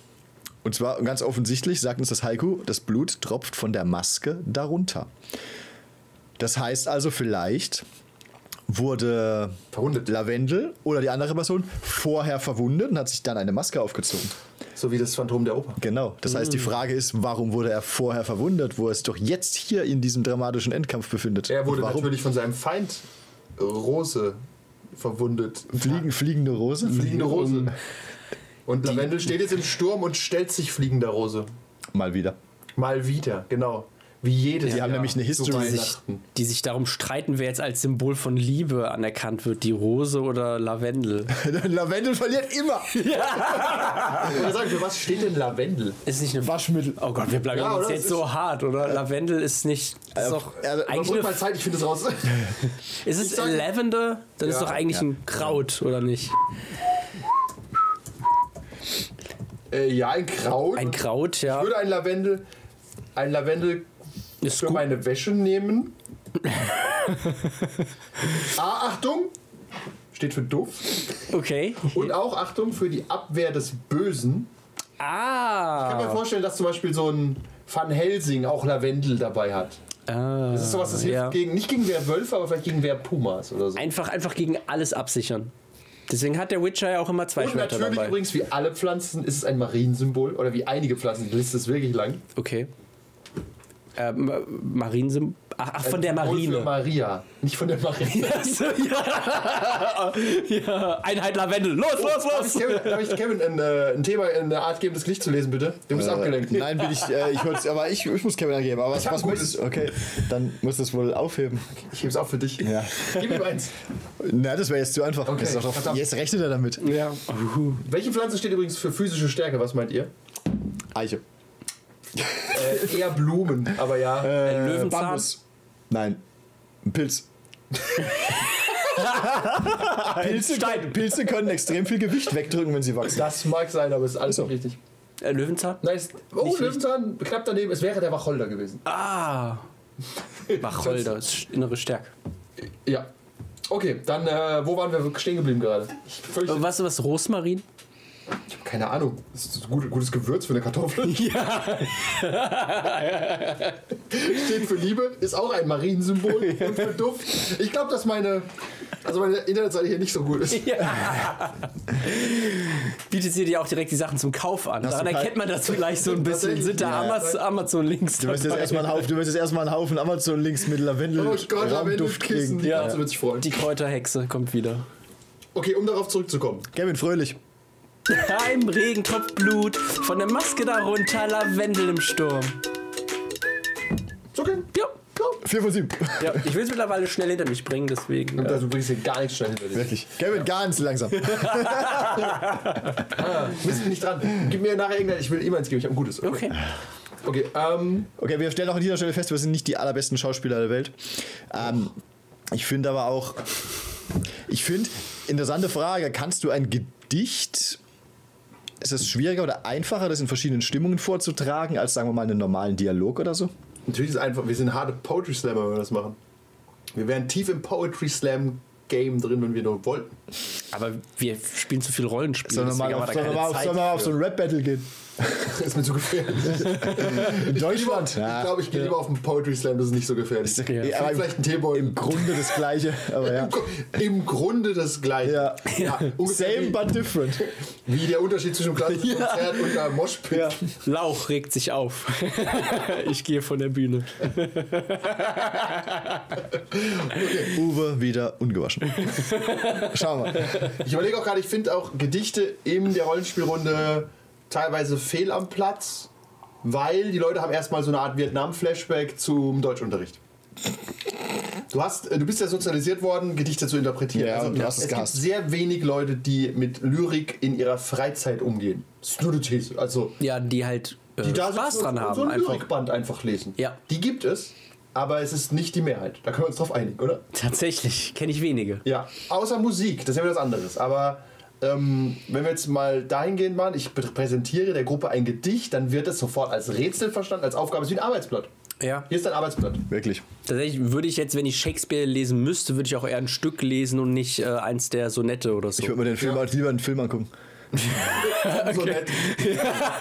Speaker 5: Und zwar ganz offensichtlich sagt uns das Haiku, das Blut tropft von der Maske darunter. Das heißt also vielleicht wurde
Speaker 4: Verwundet.
Speaker 5: Lavendel oder die andere Person vorher verwundet und hat sich dann eine Maske aufgezogen.
Speaker 4: so wie das Phantom der Oper.
Speaker 5: Genau. Das heißt, die
Speaker 4: Mhm.
Speaker 5: Frage ist, warum wurde er vorher verwundet, wo er sich doch jetzt hier in diesem dramatischen Endkampf befindet?
Speaker 4: Er wurde
Speaker 5: warum?
Speaker 4: natürlich von seinem Feind äh, Rose verwundet.
Speaker 5: Fliegen, fliegende Rose?
Speaker 4: Fliegende Rose. Und Lavendel steht jetzt im Sturm und stellt sich fliegender Rose.
Speaker 5: Mal wieder.
Speaker 4: Mal wieder, genau. Wie jedes
Speaker 5: Die
Speaker 4: Jahr.
Speaker 5: haben nämlich eine
Speaker 4: zu
Speaker 5: History.
Speaker 3: sich,
Speaker 4: Weihnachten.
Speaker 3: die sich darum streiten, wer jetzt als Symbol von Liebe anerkannt wird, die Rose oder Lavendel.
Speaker 5: Lavendel verliert immer.
Speaker 4: Ich wollte sagen, für was steht denn Lavendel?
Speaker 3: Ist nicht eine
Speaker 5: Waschmittel.
Speaker 3: Oh Gott, wir bleiben
Speaker 4: Ja,
Speaker 3: uns
Speaker 4: oder?
Speaker 3: jetzt
Speaker 4: Ist-
Speaker 3: so hart, oder? Lavendel ist nicht. Das ist doch
Speaker 5: also,
Speaker 3: eigentlich
Speaker 4: Hol
Speaker 3: eine,
Speaker 4: mal Zeit, ich finde es raus.
Speaker 3: ist es
Speaker 4: sag-
Speaker 3: Lavender? Dann ist
Speaker 4: Ja.
Speaker 3: doch eigentlich ein Kraut, oder nicht?
Speaker 4: äh, ja, ein Kraut.
Speaker 3: Ein Kraut, ja.
Speaker 4: Ich würde ein Lavendel, ein Lavendel
Speaker 3: Ist
Speaker 4: für
Speaker 3: gut.
Speaker 4: meine Wäsche nehmen. A, Achtung, steht für Duft.
Speaker 3: Okay.
Speaker 4: Und auch Achtung für die Abwehr des Bösen. Ich kann mir
Speaker 3: Ah.
Speaker 4: vorstellen, dass zum Beispiel so ein Van Helsing auch Lavendel dabei hat.
Speaker 3: ah.
Speaker 4: Das ist sowas, das hilft
Speaker 3: ja.
Speaker 4: gegen, nicht gegen Werwölfe, aber vielleicht gegen Werpumas oder so.
Speaker 3: Einfach, einfach gegen alles absichern. Deswegen hat der Witcher ja auch immer zwei
Speaker 4: Und
Speaker 3: Schwerter
Speaker 4: natürlich
Speaker 3: dabei.
Speaker 4: übrigens, wie alle Pflanzen, ist es ein Mariensymbol. Oder wie einige Pflanzen, die Liste ist wirklich lang.
Speaker 3: Okay. Ähm, Mariensym. Ach, ach, von der
Speaker 4: Symbol Für
Speaker 3: Marine.
Speaker 4: Maria, nicht von der Marine.
Speaker 3: Ja, so, ja. ja. Einheit Lavendel. Los, los,
Speaker 4: Oh, Darf ich
Speaker 3: los.
Speaker 4: Kevin, darf ich Kevin ein, äh, ein Thema, eine Art geben, das Gedicht zu lesen, bitte? Du bist abgelenkt.
Speaker 5: Äh, Nein, bin ich. Äh, ich, würd's- aber ich, ich muss Kevin angeben. Aber was,
Speaker 4: hab
Speaker 5: was
Speaker 4: ein
Speaker 5: muss
Speaker 4: gutes.
Speaker 5: es? Okay, dann muss das wohl aufheben.
Speaker 4: Ich heb's auch für dich.
Speaker 5: Ja.
Speaker 4: Gib ihm eins.
Speaker 5: Na, das wäre jetzt zu einfach.
Speaker 4: Okay,
Speaker 5: Jetzt, doch drauf,
Speaker 4: verdammt.
Speaker 5: jetzt rechnet er damit.
Speaker 3: Ja.
Speaker 4: Welche Pflanze steht übrigens für physische Stärke? Was meint ihr?
Speaker 5: Eiche.
Speaker 4: Äh, eher Blumen, aber ja.
Speaker 5: Äh,
Speaker 3: Löwenzahn?
Speaker 5: Nein. Ein Pilz. Pilze, können, Pilze können extrem viel Gewicht wegdrücken, wenn sie wachsen.
Speaker 4: Das mag sein, aber es ist alles
Speaker 5: So.
Speaker 4: nicht richtig.
Speaker 3: Äh, Löwenzahn?
Speaker 4: Nein, es, oh, Löwenzahn, knapp daneben. Es wäre der Wacholder gewesen.
Speaker 3: Ah. Wacholder, ist innere Stärke.
Speaker 4: Ja. Okay, dann, äh, wo waren wir stehen geblieben gerade? Ich völlig,
Speaker 3: Weißt du was, Rosmarin?
Speaker 4: keine Ahnung. Das ist ein gut, gutes Gewürz für eine Kartoffel.
Speaker 3: Ja.
Speaker 4: Steht für Liebe, ist auch ein Mariensymbol und für Duft. Ich glaube, dass meine, also meine Internetseite hier nicht so gut ist.
Speaker 3: Bietet sie dir auch direkt die Sachen zum Kauf an.
Speaker 5: Hast du
Speaker 3: Daran
Speaker 5: kein-
Speaker 3: erkennt man das vielleicht so ein bisschen.
Speaker 4: Tatsächlich.
Speaker 3: Sind da
Speaker 4: Ja, ja.
Speaker 3: Amaz Amazon-Links
Speaker 5: Du wirst jetzt
Speaker 3: dabei?
Speaker 5: erstmal einen Haufen, du wirst jetzt erstmal einen Haufen Amazon-Links mit Lavendel
Speaker 4: Oh Gott,
Speaker 5: Raumduft
Speaker 4: Lavendelkissen,
Speaker 5: kriegen.
Speaker 4: die
Speaker 3: Ja.
Speaker 4: ja. wird sich freuen.
Speaker 3: Die Kräuterhexe kommt wieder.
Speaker 4: Okay, um darauf zurückzukommen.
Speaker 5: Kevin Fröhlich.
Speaker 3: Da im Regen tropft Blut, von der Maske darunter Lavendel im Sturm.
Speaker 4: Ist Okay.
Speaker 3: Ja,
Speaker 5: 4 von 7.
Speaker 3: ja. ich will es mittlerweile schnell hinter mich bringen, deswegen.
Speaker 4: Und
Speaker 3: Ja.
Speaker 4: also bringst du hier gar nichts schnell hinter dich.
Speaker 5: Wirklich. Kevin, ganz langsam.
Speaker 4: Wir sind nicht dran. Gib mir nachher irgendein, ich will ihm eins geben, ich habe ein gutes.
Speaker 3: Okay.
Speaker 4: Okay, ähm,
Speaker 5: Okay, wir stellen auch an dieser Stelle fest, wir sind nicht die allerbesten Schauspieler der Welt. Ähm, ich finde aber auch, ich finde, interessante Frage, kannst du ein Gedicht, ist es schwieriger oder einfacher, das in verschiedenen Stimmungen vorzutragen, als sagen wir mal einen normalen Dialog oder so?
Speaker 4: natürlich ist es einfach, wir sind harte Poetry Slammer, wenn wir das machen. Wir wären tief im Poetry Slam Game drin, wenn wir nur wollten.
Speaker 3: Aber wir spielen zu viel Rollenspiele.
Speaker 5: Sollen wir mal
Speaker 3: deswegen haben wir da keine
Speaker 5: auf, sollen wir mal auf,
Speaker 3: Zeit
Speaker 5: sollen wir mal auf so ein Rap-Battle gehen?
Speaker 4: Das ist mir zu gefährlich.
Speaker 5: In Deutschland?
Speaker 4: Ich glaube, ich gehe lieber auf einen Poetry Slam, das ist nicht so gefährlich.
Speaker 5: Ja. Ja,
Speaker 4: Ich
Speaker 5: aber
Speaker 4: will
Speaker 5: im-
Speaker 4: vielleicht einen Teebeutel.
Speaker 5: Im Grunde das Gleiche, aber ja.
Speaker 4: Im Gru- Im Grunde das gleiche.
Speaker 5: Ja.
Speaker 4: ungefähr
Speaker 5: Same but different.
Speaker 4: wie, wie der Unterschied zwischen einem klassischen Konzert und einer Moshpit.
Speaker 3: Lauch regt sich auf. ich gehe von der Bühne.
Speaker 5: Uwe wieder ungewaschen. Schauen wir.
Speaker 4: Ich überlege auch gerade, ich finde auch Gedichte in der Rollenspielrunde teilweise fehl am Platz, weil die Leute haben erstmal so eine Art Vietnam-Flashback zum Deutschunterricht. Du, hast, äh, du bist ja sozialisiert worden, Gedichte zu interpretieren. Also
Speaker 5: Ja, und du hast es
Speaker 4: es gibt
Speaker 5: gehasst.
Speaker 4: sehr wenig Leute, die mit Lyrik in ihrer Freizeit umgehen. Das ist nur eine These. Also,
Speaker 3: Ja, die halt äh,
Speaker 4: die da
Speaker 3: Spaß
Speaker 4: sitzen
Speaker 3: dran
Speaker 4: und
Speaker 3: haben.
Speaker 4: so ein
Speaker 3: einfach.
Speaker 4: Lyrikband einfach lesen.
Speaker 3: Ja.
Speaker 4: Die gibt es, aber es ist nicht die Mehrheit. Da können wir uns drauf einigen, oder?
Speaker 3: Tatsächlich, kenne ich wenige.
Speaker 4: Ja, außer Musik, das ist ja wieder was anderes. Aber ähm, wenn wir jetzt mal dahingehend machen, ich pr- präsentiere der Gruppe ein Gedicht, dann wird es sofort als Rätsel verstanden, als Aufgabe, ist wie ein Arbeitsblatt.
Speaker 3: Ja.
Speaker 4: Hier ist dein Arbeitsblatt.
Speaker 5: Wirklich.
Speaker 3: Tatsächlich würde ich jetzt, wenn ich Shakespeare lesen müsste, würde ich auch eher ein Stück lesen und nicht äh, eins der Sonette oder so.
Speaker 5: Ich würde mir den Film halt lieber einen Film angucken.
Speaker 4: So nett.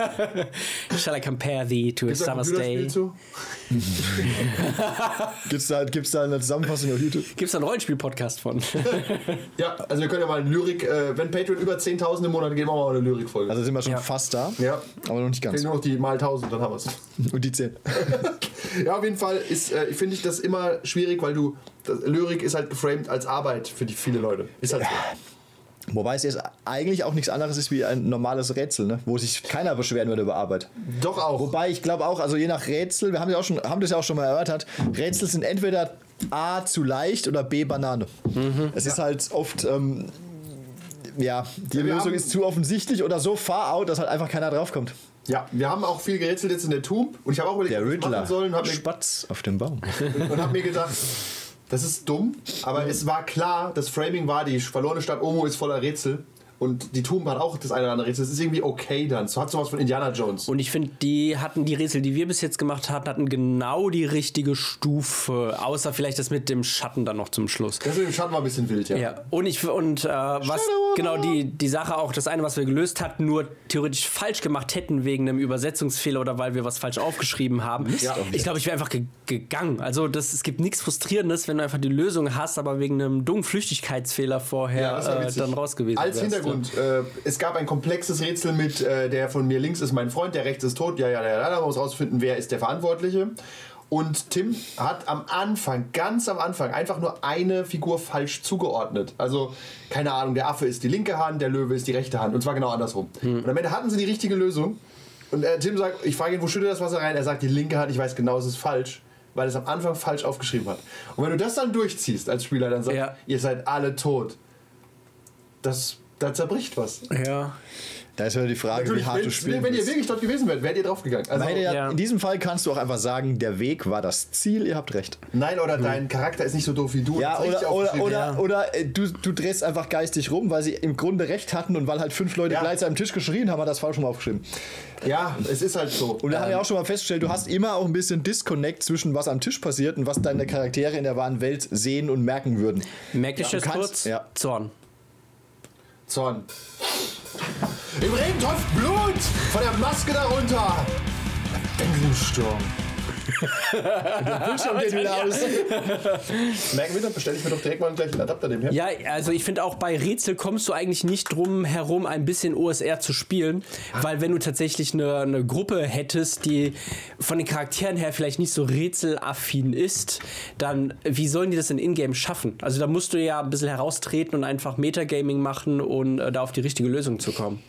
Speaker 3: Shall I compare thee to a
Speaker 4: Ist da ein
Speaker 3: summer's
Speaker 4: Computerspiel
Speaker 3: day?
Speaker 4: zu?
Speaker 5: Gibt's da, gibt's da eine Zusammenfassung auf YouTube?
Speaker 3: Gibt es einen Rollenspiel-Podcast von?
Speaker 4: Ja, also wir können ja mal eine Lyrik, äh, wenn Patreon über 10.000 im Monat geht, machen wir mal eine Lyrikfolge.
Speaker 5: Also sind wir schon
Speaker 3: Ja.
Speaker 5: fast da,
Speaker 4: Ja. Genau.
Speaker 5: aber noch nicht
Speaker 4: Fehlen
Speaker 5: ganz.
Speaker 4: nur noch die mal 1000, dann haben wir es.
Speaker 5: Und die 10.
Speaker 4: ja, auf jeden Fall ist, äh, finde ich das immer schwierig, weil du, das, Lyrik ist halt geframed als Arbeit für die viele Leute. Ist halt so.
Speaker 5: Wobei es jetzt eigentlich auch nichts anderes ist wie ein normales Rätsel, ne? wo sich keiner beschweren würde über Arbeit.
Speaker 4: Doch auch.
Speaker 5: Wobei ich glaube auch, also je nach Rätsel, wir haben, ja auch schon, haben das ja auch schon mal erörtert, Rätsel sind entweder A zu leicht oder B Banane.
Speaker 4: Mhm.
Speaker 5: Es ist halt oft, ähm, ja, die
Speaker 4: Wir
Speaker 5: Lösung
Speaker 4: haben-
Speaker 5: ist zu offensichtlich oder so far out, dass halt einfach keiner draufkommt.
Speaker 4: Ja, wir haben auch viel gerätselt jetzt in der Tomb und ich habe auch überlegt,
Speaker 5: Der
Speaker 4: was ich
Speaker 5: Riddler,
Speaker 4: machen sollen hab mir,
Speaker 5: Spatz auf dem Baum.
Speaker 4: und habe mir gedacht, das ist dumm, aber es war klar, das Framing war, die verlorene Stadt Omo ist voller Rätsel und die Tomb hat auch das eine oder andere Rätsel. Das ist irgendwie okay dann. So hat sowas von Indiana Jones.
Speaker 3: Und ich finde, die hatten die Rätsel, die wir bis jetzt gemacht hatten, hatten genau die richtige Stufe. Außer vielleicht das mit dem Schatten dann noch zum Schluss.
Speaker 4: Das mit dem Schatten war ein bisschen wild, ja.
Speaker 3: Ja, und ich und äh, was genau die, die Sache auch, das eine, was wir gelöst hatten, nur theoretisch falsch gemacht hätten wegen einem Übersetzungsfehler oder weil wir was falsch aufgeschrieben haben.
Speaker 4: Ja.
Speaker 3: Ich glaube, ich wäre einfach ge gegangen. Also das, es gibt nichts Frustrierendes, wenn du einfach die Lösung hast, aber wegen einem dummen Flüchtigkeitsfehler
Speaker 4: Ja,
Speaker 3: vorher
Speaker 4: das war
Speaker 3: äh,
Speaker 4: witzig.
Speaker 3: dann raus gewesen
Speaker 4: Als
Speaker 3: wärst,
Speaker 4: Hintergrund, äh, es gab ein komplexes Rätsel mit, äh, der von mir links ist mein Freund, der rechts ist tot, ja, ja, ja, ja, da muss rausfinden, wer ist der Verantwortliche. Und Tim hat am Anfang, ganz am Anfang, einfach nur eine Figur falsch zugeordnet. Also, keine Ahnung, der Affe ist die linke Hand, der Löwe ist die rechte Hand. Und zwar genau andersrum.
Speaker 3: Hm.
Speaker 4: Und am Ende hatten sie die richtige Lösung. Und äh, Tim sagt, ich frage ihn, wo schüttet er das Wasser rein? Er sagt, die linke Hand, ich weiß genau, es ist falsch. Weil er es am Anfang falsch aufgeschrieben hat. Und wenn du das dann durchziehst als Spieler, dann sagst
Speaker 3: Ja.
Speaker 4: ihr seid alle tot das, da zerbricht was.
Speaker 3: Ja. ja.
Speaker 5: Da ist wieder die Frage, wie hart du
Speaker 4: wenn,
Speaker 5: spielen
Speaker 4: wenn ihr
Speaker 5: willst.
Speaker 4: wirklich dort gewesen wärt, wärt ihr draufgegangen. Also,
Speaker 5: Nein, ja,
Speaker 3: Ja.
Speaker 5: In diesem Fall kannst du auch einfach sagen, der Weg war das Ziel, ihr habt recht.
Speaker 4: nein, oder dein Charakter ist nicht so doof wie du.
Speaker 5: Hm. Ja,
Speaker 4: Das ist richtig
Speaker 5: oder, oder,
Speaker 4: aufgeschrieben.
Speaker 5: oder,
Speaker 3: Ja.
Speaker 5: oder äh, du, du drehst einfach geistig rum, weil sie im Grunde recht hatten und weil halt fünf Leute
Speaker 4: Ja.
Speaker 5: gleichzeitig am Tisch geschrien haben, hat das falsch schon mal aufgeschrieben.
Speaker 4: Ja, es ist halt so.
Speaker 5: Und da haben wir auch schon mal festgestellt, du hast immer auch ein bisschen Disconnect zwischen was am Tisch passiert und was deine Charaktere in der wahren Welt sehen und merken würden.
Speaker 3: Merkt euch
Speaker 5: Ja,
Speaker 3: das
Speaker 5: du kannst-
Speaker 3: kurz?
Speaker 5: ja.
Speaker 3: Zorn.
Speaker 4: Zorn. Im Regen tropft Blut von der Maske darunter. Denkensturm.
Speaker 5: Bildschirm geht wieder aus.
Speaker 4: Merken wir dann, bestelle ich mir doch direkt mal einen gleichen Adapter dem her.
Speaker 3: Ja, also ich finde auch bei Rätsel kommst du eigentlich nicht drum herum, ein bisschen OSR zu spielen, weil wenn du tatsächlich eine, eine Gruppe hättest, die von den Charakteren her vielleicht nicht so rätselaffin ist, dann wie sollen die das in Ingame schaffen? Also da musst du ja ein bisschen heraustreten und einfach Metagaming machen und äh, da auf die richtige Lösung zu kommen.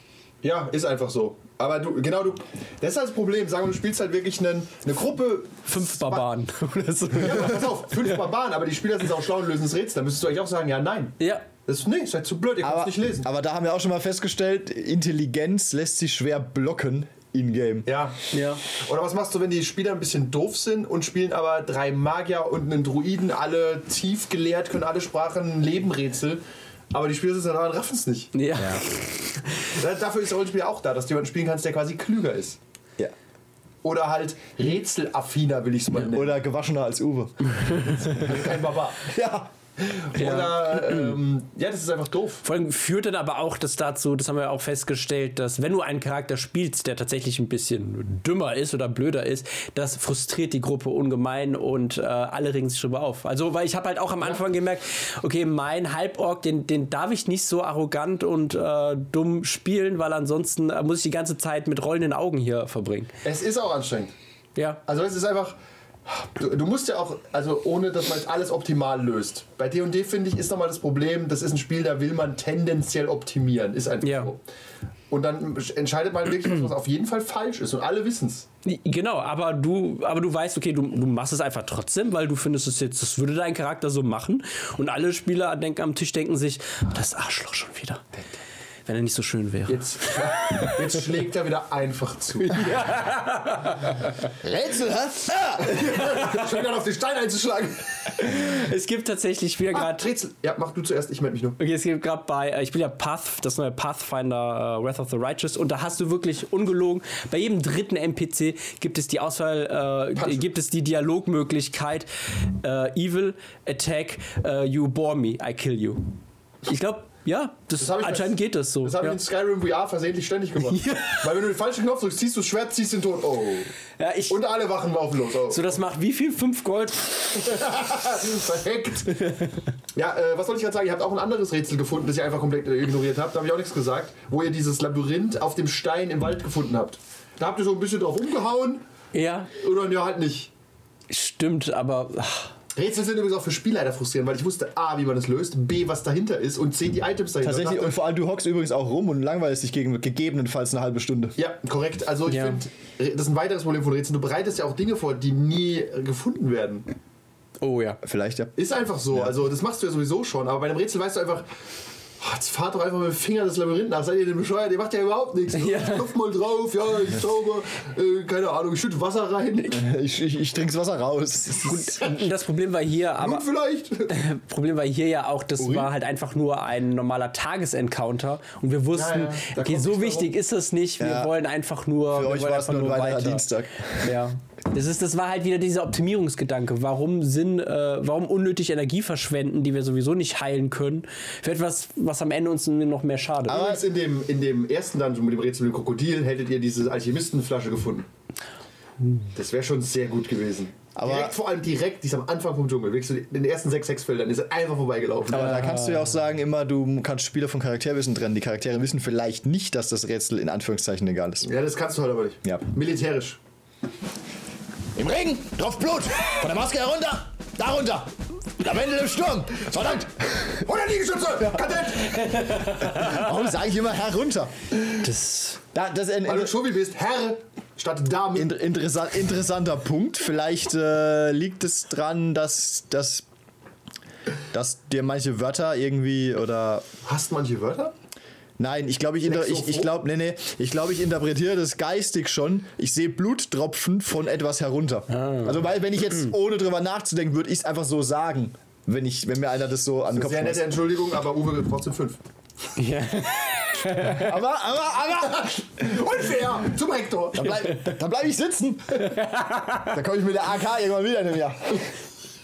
Speaker 4: Ja, ist einfach so. Aber du, genau, du. Das ist halt das Problem. Sagen wir, du spielst halt wirklich einen, eine Gruppe.
Speaker 3: Fünf Barbaren oder so.
Speaker 4: Ja, aber pass auf, fünf Barbaren, aber die Spieler sind auch schlau und lösen das Rätsel. Da müsstest du eigentlich auch sagen, ja, nein.
Speaker 3: Ja.
Speaker 4: Das, nee, ist halt zu blöd, ihr könnt es
Speaker 5: Aber,
Speaker 4: nicht lesen.
Speaker 5: aber da haben wir auch schon mal festgestellt, Intelligenz lässt sich schwer blocken in-game.
Speaker 4: Ja.
Speaker 3: Ja.
Speaker 4: Oder was machst du, wenn die Spieler ein bisschen doof sind und spielen aber drei Magier und einen Druiden, alle tief gelehrt, können alle Sprachen, leben Rätsel, aber die Spieler sitzen da und raffen es nicht.
Speaker 3: Ja.
Speaker 4: Da- Dafür ist der Rollenspieler auch da, dass du jemanden spielen kannst, der quasi klüger ist.
Speaker 5: Ja.
Speaker 4: Oder halt rätselaffiner, will ich es mal nennen.
Speaker 5: Oder gewaschener als Uwe.
Speaker 4: Kein Barbar.
Speaker 5: ja.
Speaker 4: Oder, ähm, ja, das ist einfach doof.
Speaker 3: Vor allem führt dann aber auch das dazu, das haben wir auch festgestellt, dass wenn du einen Charakter spielst, der tatsächlich ein bisschen dümmer ist oder blöder ist, das frustriert die Gruppe ungemein und äh, alle regen sich drüber auf. Also, weil ich habe halt auch am Anfang gemerkt, okay, mein Halborg, den, den darf ich nicht so arrogant und äh, dumm spielen, weil ansonsten äh, muss ich die ganze Zeit mit rollenden Augen hier verbringen.
Speaker 4: Es ist auch anstrengend.
Speaker 3: Ja.
Speaker 4: Also es ist einfach. Du, du musst ja auch, also ohne dass man jetzt alles optimal löst. Bei D&D finde ich ist nochmal das Problem, das ist ein Spiel, da will man tendenziell optimieren, ist einfach
Speaker 3: Ja.
Speaker 4: so. Und dann entscheidet man wirklich, was auf jeden Fall falsch ist und alle wissen es.
Speaker 3: Genau, aber du, aber du weißt, okay, du, du machst es einfach trotzdem, weil du findest es jetzt, das würde dein "Ah, Charakter so machen. Und alle Spieler denken, am Tisch denken sich, das Arschloch schon wieder. Wenn er nicht so schön wäre.
Speaker 4: Jetzt, jetzt schlägt er wieder einfach zu.
Speaker 5: Rätselhaft! Ah!
Speaker 4: Schön dann auf den Stein einzuschlagen.
Speaker 3: Es gibt tatsächlich, ich bin ja
Speaker 4: Ah,
Speaker 3: gerade.
Speaker 4: Rätsel. Ja, mach du zuerst, ich melde mich nur.
Speaker 3: Okay, es gibt gerade bei, äh, ich bin ja Path, das neue Pathfinder äh, Wrath of the Righteous und da hast du wirklich ungelogen, bei jedem dritten NPC gibt es die Auswahl, äh, gibt es die Dialogmöglichkeit äh, Evil, Attack, äh, You bore me, I kill you. Ich glaube, ja, das,
Speaker 4: hab ich
Speaker 3: anscheinend
Speaker 4: bei-
Speaker 3: geht das so.
Speaker 4: Das habe
Speaker 3: ja.
Speaker 4: ich in Skyrim VR versehentlich ständig gemacht. Weil wenn du den falschen Knopf drückst, ziehst du das Schwert, ziehst den Tod. Oh.
Speaker 3: Ja, ich-
Speaker 4: Und alle wachen auf los. Oh.
Speaker 3: so, das macht wie viel? Fünf Gold?
Speaker 4: Verheckt. Ja, äh, was soll ich gerade sagen? Ihr habt auch ein anderes Rätsel gefunden, das ihr einfach komplett äh, ignoriert habt. Da habe ich auch nichts gesagt. Wo ihr dieses Labyrinth auf dem Stein im Wald gefunden habt. Da habt ihr so ein bisschen drauf umgehauen.
Speaker 3: Ja,
Speaker 4: Oder ja, halt nicht.
Speaker 3: stimmt, aber ah, ach,
Speaker 4: Rätsel sind übrigens auch für Spielleiter frustrierend, weil ich wusste A, wie man das löst, B, was dahinter ist und C, die Items dahinter.
Speaker 5: Tatsächlich,
Speaker 4: Und
Speaker 5: und vor allem du hockst übrigens auch rum und langweilst dich gegen, gegebenenfalls eine halbe Stunde.
Speaker 4: Ja, korrekt. Also ich
Speaker 3: Ja.
Speaker 4: finde, das ist ein weiteres Problem von Rätseln. Du bereitest ja auch Dinge vor, die nie äh, gefunden werden.
Speaker 3: oh ja.
Speaker 5: Vielleicht ja.
Speaker 4: Ist einfach so. Also das machst du ja sowieso schon. Aber bei einem Rätsel weißt du einfach, oh, jetzt fahrt doch einfach mit dem Finger das Labyrinth nach. Seid ihr denn bescheuert? Ihr macht ja überhaupt nichts.
Speaker 3: Ja.
Speaker 4: Ja. Klopf mal drauf. Ja, ich zauber. Äh, keine Ahnung, ich schütte Wasser rein.
Speaker 5: Ich, ich, ich trink's Wasser raus.
Speaker 3: Das Problem war hier, aber
Speaker 4: Gut vielleicht.
Speaker 3: Problem war hier ja auch, das war halt einfach nur ein normaler Tagesencounter und wir wussten,
Speaker 4: Ja, ja, da
Speaker 3: okay,
Speaker 4: kommt
Speaker 3: so
Speaker 4: nichts
Speaker 3: wichtig ist es nicht, wir
Speaker 5: Ja.
Speaker 3: wollen einfach nur.
Speaker 5: Für
Speaker 3: wir
Speaker 5: euch
Speaker 3: wollen
Speaker 5: war es
Speaker 3: einfach
Speaker 5: nur ein weiterer
Speaker 3: weiter.
Speaker 5: Dienstag.
Speaker 3: Ja. Das, ist, das war halt wieder dieser Optimierungsgedanke. Warum Sinn, äh, warum unnötig Energie verschwenden, die wir sowieso nicht heilen können, für etwas, was am Ende uns noch mehr schadet.
Speaker 4: Aber in dem, in dem ersten Dungeon mit dem Rätsel mit dem Krokodil hättet ihr diese Alchemistenflasche gefunden. Das wäre schon sehr gut gewesen.
Speaker 5: Aber-
Speaker 4: direkt, vor allem direkt, die ist am Anfang vom Dschungel. Wirklich so die- in den ersten sechs Hexfeldern ist sie einfach vorbeigelaufen.
Speaker 5: Aber da kannst du ja auch sagen, immer du kannst Spieler von Charakterwissen trennen. Die Charaktere wissen vielleicht nicht, dass das Rätsel in Anführungszeichen egal ist.
Speaker 4: ja, das kannst du halt aber nicht.
Speaker 5: Ja.
Speaker 4: Militärisch.
Speaker 5: Im Regen, drauf Blut, von der Maske herunter, darunter, am Ende im Sturm, verdammt!
Speaker 4: Oder Liegestütze! Kadett!
Speaker 5: Warum sage ich immer herunter?
Speaker 3: Das,
Speaker 5: Da, das äh, ist ein
Speaker 4: Weil du Schurbi bist, Herr statt Dame.
Speaker 5: inter interessant, interessanter Punkt. Vielleicht äh, liegt es dran, dass, dass, dass dir manche Wörter irgendwie oder
Speaker 4: Hast manche Wörter?
Speaker 5: Nein, ich glaube, ich, inter- ich, ich,
Speaker 4: Lexophob?
Speaker 5: glaub, nee, nee, ich, glaub, ich interpretiere das geistig schon. Ich sehe Bluttropfen von etwas herunter. Also, weil, wenn ich jetzt ohne drüber nachzudenken, würde ich es einfach so sagen, wenn, ich, wenn mir einer das so an den Kopf
Speaker 4: Sehr nette
Speaker 5: schmeißt.
Speaker 4: Entschuldigung, aber Uwe gibt trotzdem fünf.
Speaker 3: ja.
Speaker 5: Aber, aber, aber,
Speaker 4: Unfair! Zum Hector!
Speaker 5: da bleibe bleib ich sitzen. Da komme ich mit der AK irgendwann wieder in einem Jahr.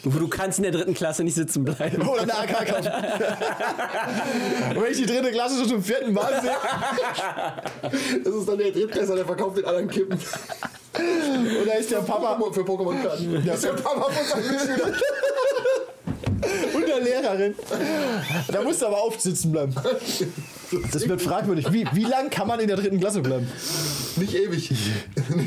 Speaker 3: Du kannst in der dritten Klasse nicht sitzen bleiben.
Speaker 5: Oder eine AK kaufen. Und wenn ich die dritte Klasse schon zum vierten Mal sehe
Speaker 4: Das ist dann der Drittklässler, der verkauft den anderen Kippen.
Speaker 5: und da ist der Papa
Speaker 4: Pokémon- Für Pokémon-Karten. Ja, für Papa muss er mitschülern.
Speaker 5: und der Lehrerin. Da musst du aber aufsitzen bleiben. Das wird fragwürdig. Wie, wie lang kann man in der dritten Klasse bleiben?
Speaker 4: Nicht ewig.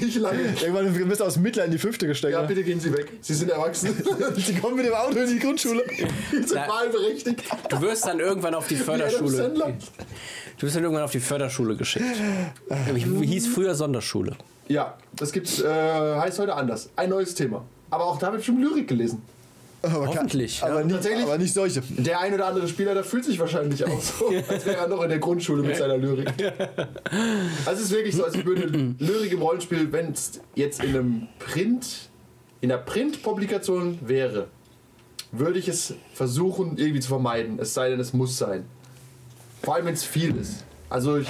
Speaker 4: Nicht lange.
Speaker 5: Irgendwann bist du aus dem Mittler in die Fünfte gesteckt.
Speaker 4: Ja,
Speaker 5: ne?
Speaker 4: bitte gehen Sie weg. Sie sind erwachsen.
Speaker 5: Sie kommen mit dem Auto in die Grundschule.
Speaker 4: Sie sind
Speaker 3: Na,
Speaker 4: wahlberechtigt.
Speaker 3: Du wirst dann irgendwann auf die
Speaker 4: Wie Adam
Speaker 3: Förderschule.
Speaker 4: Sandler.
Speaker 3: Du wirst dann irgendwann auf die Förderschule geschickt. Hieß früher Sonderschule.
Speaker 4: Ja, das gibt's, äh, heißt heute anders. Ein neues Thema. Aber auch da habe ich schon Lyrik gelesen.
Speaker 5: Aber kann-
Speaker 3: Hoffentlich,
Speaker 5: Aber,
Speaker 4: ja.
Speaker 5: nicht,
Speaker 4: Tatsächlich?
Speaker 5: aber nicht solche.
Speaker 4: Der ein oder andere Spieler, der fühlt sich wahrscheinlich auch so, als wäre er noch in der Grundschule mit seiner Lyrik. Also es ist wirklich so, als würde Lyrik im Rollenspiel, wenn es jetzt in einem Print, in einer Print-Publikation wäre, würde ich es versuchen irgendwie zu vermeiden. Es sei denn, es muss sein. Vor allem, wenn es viel ist. Also ich,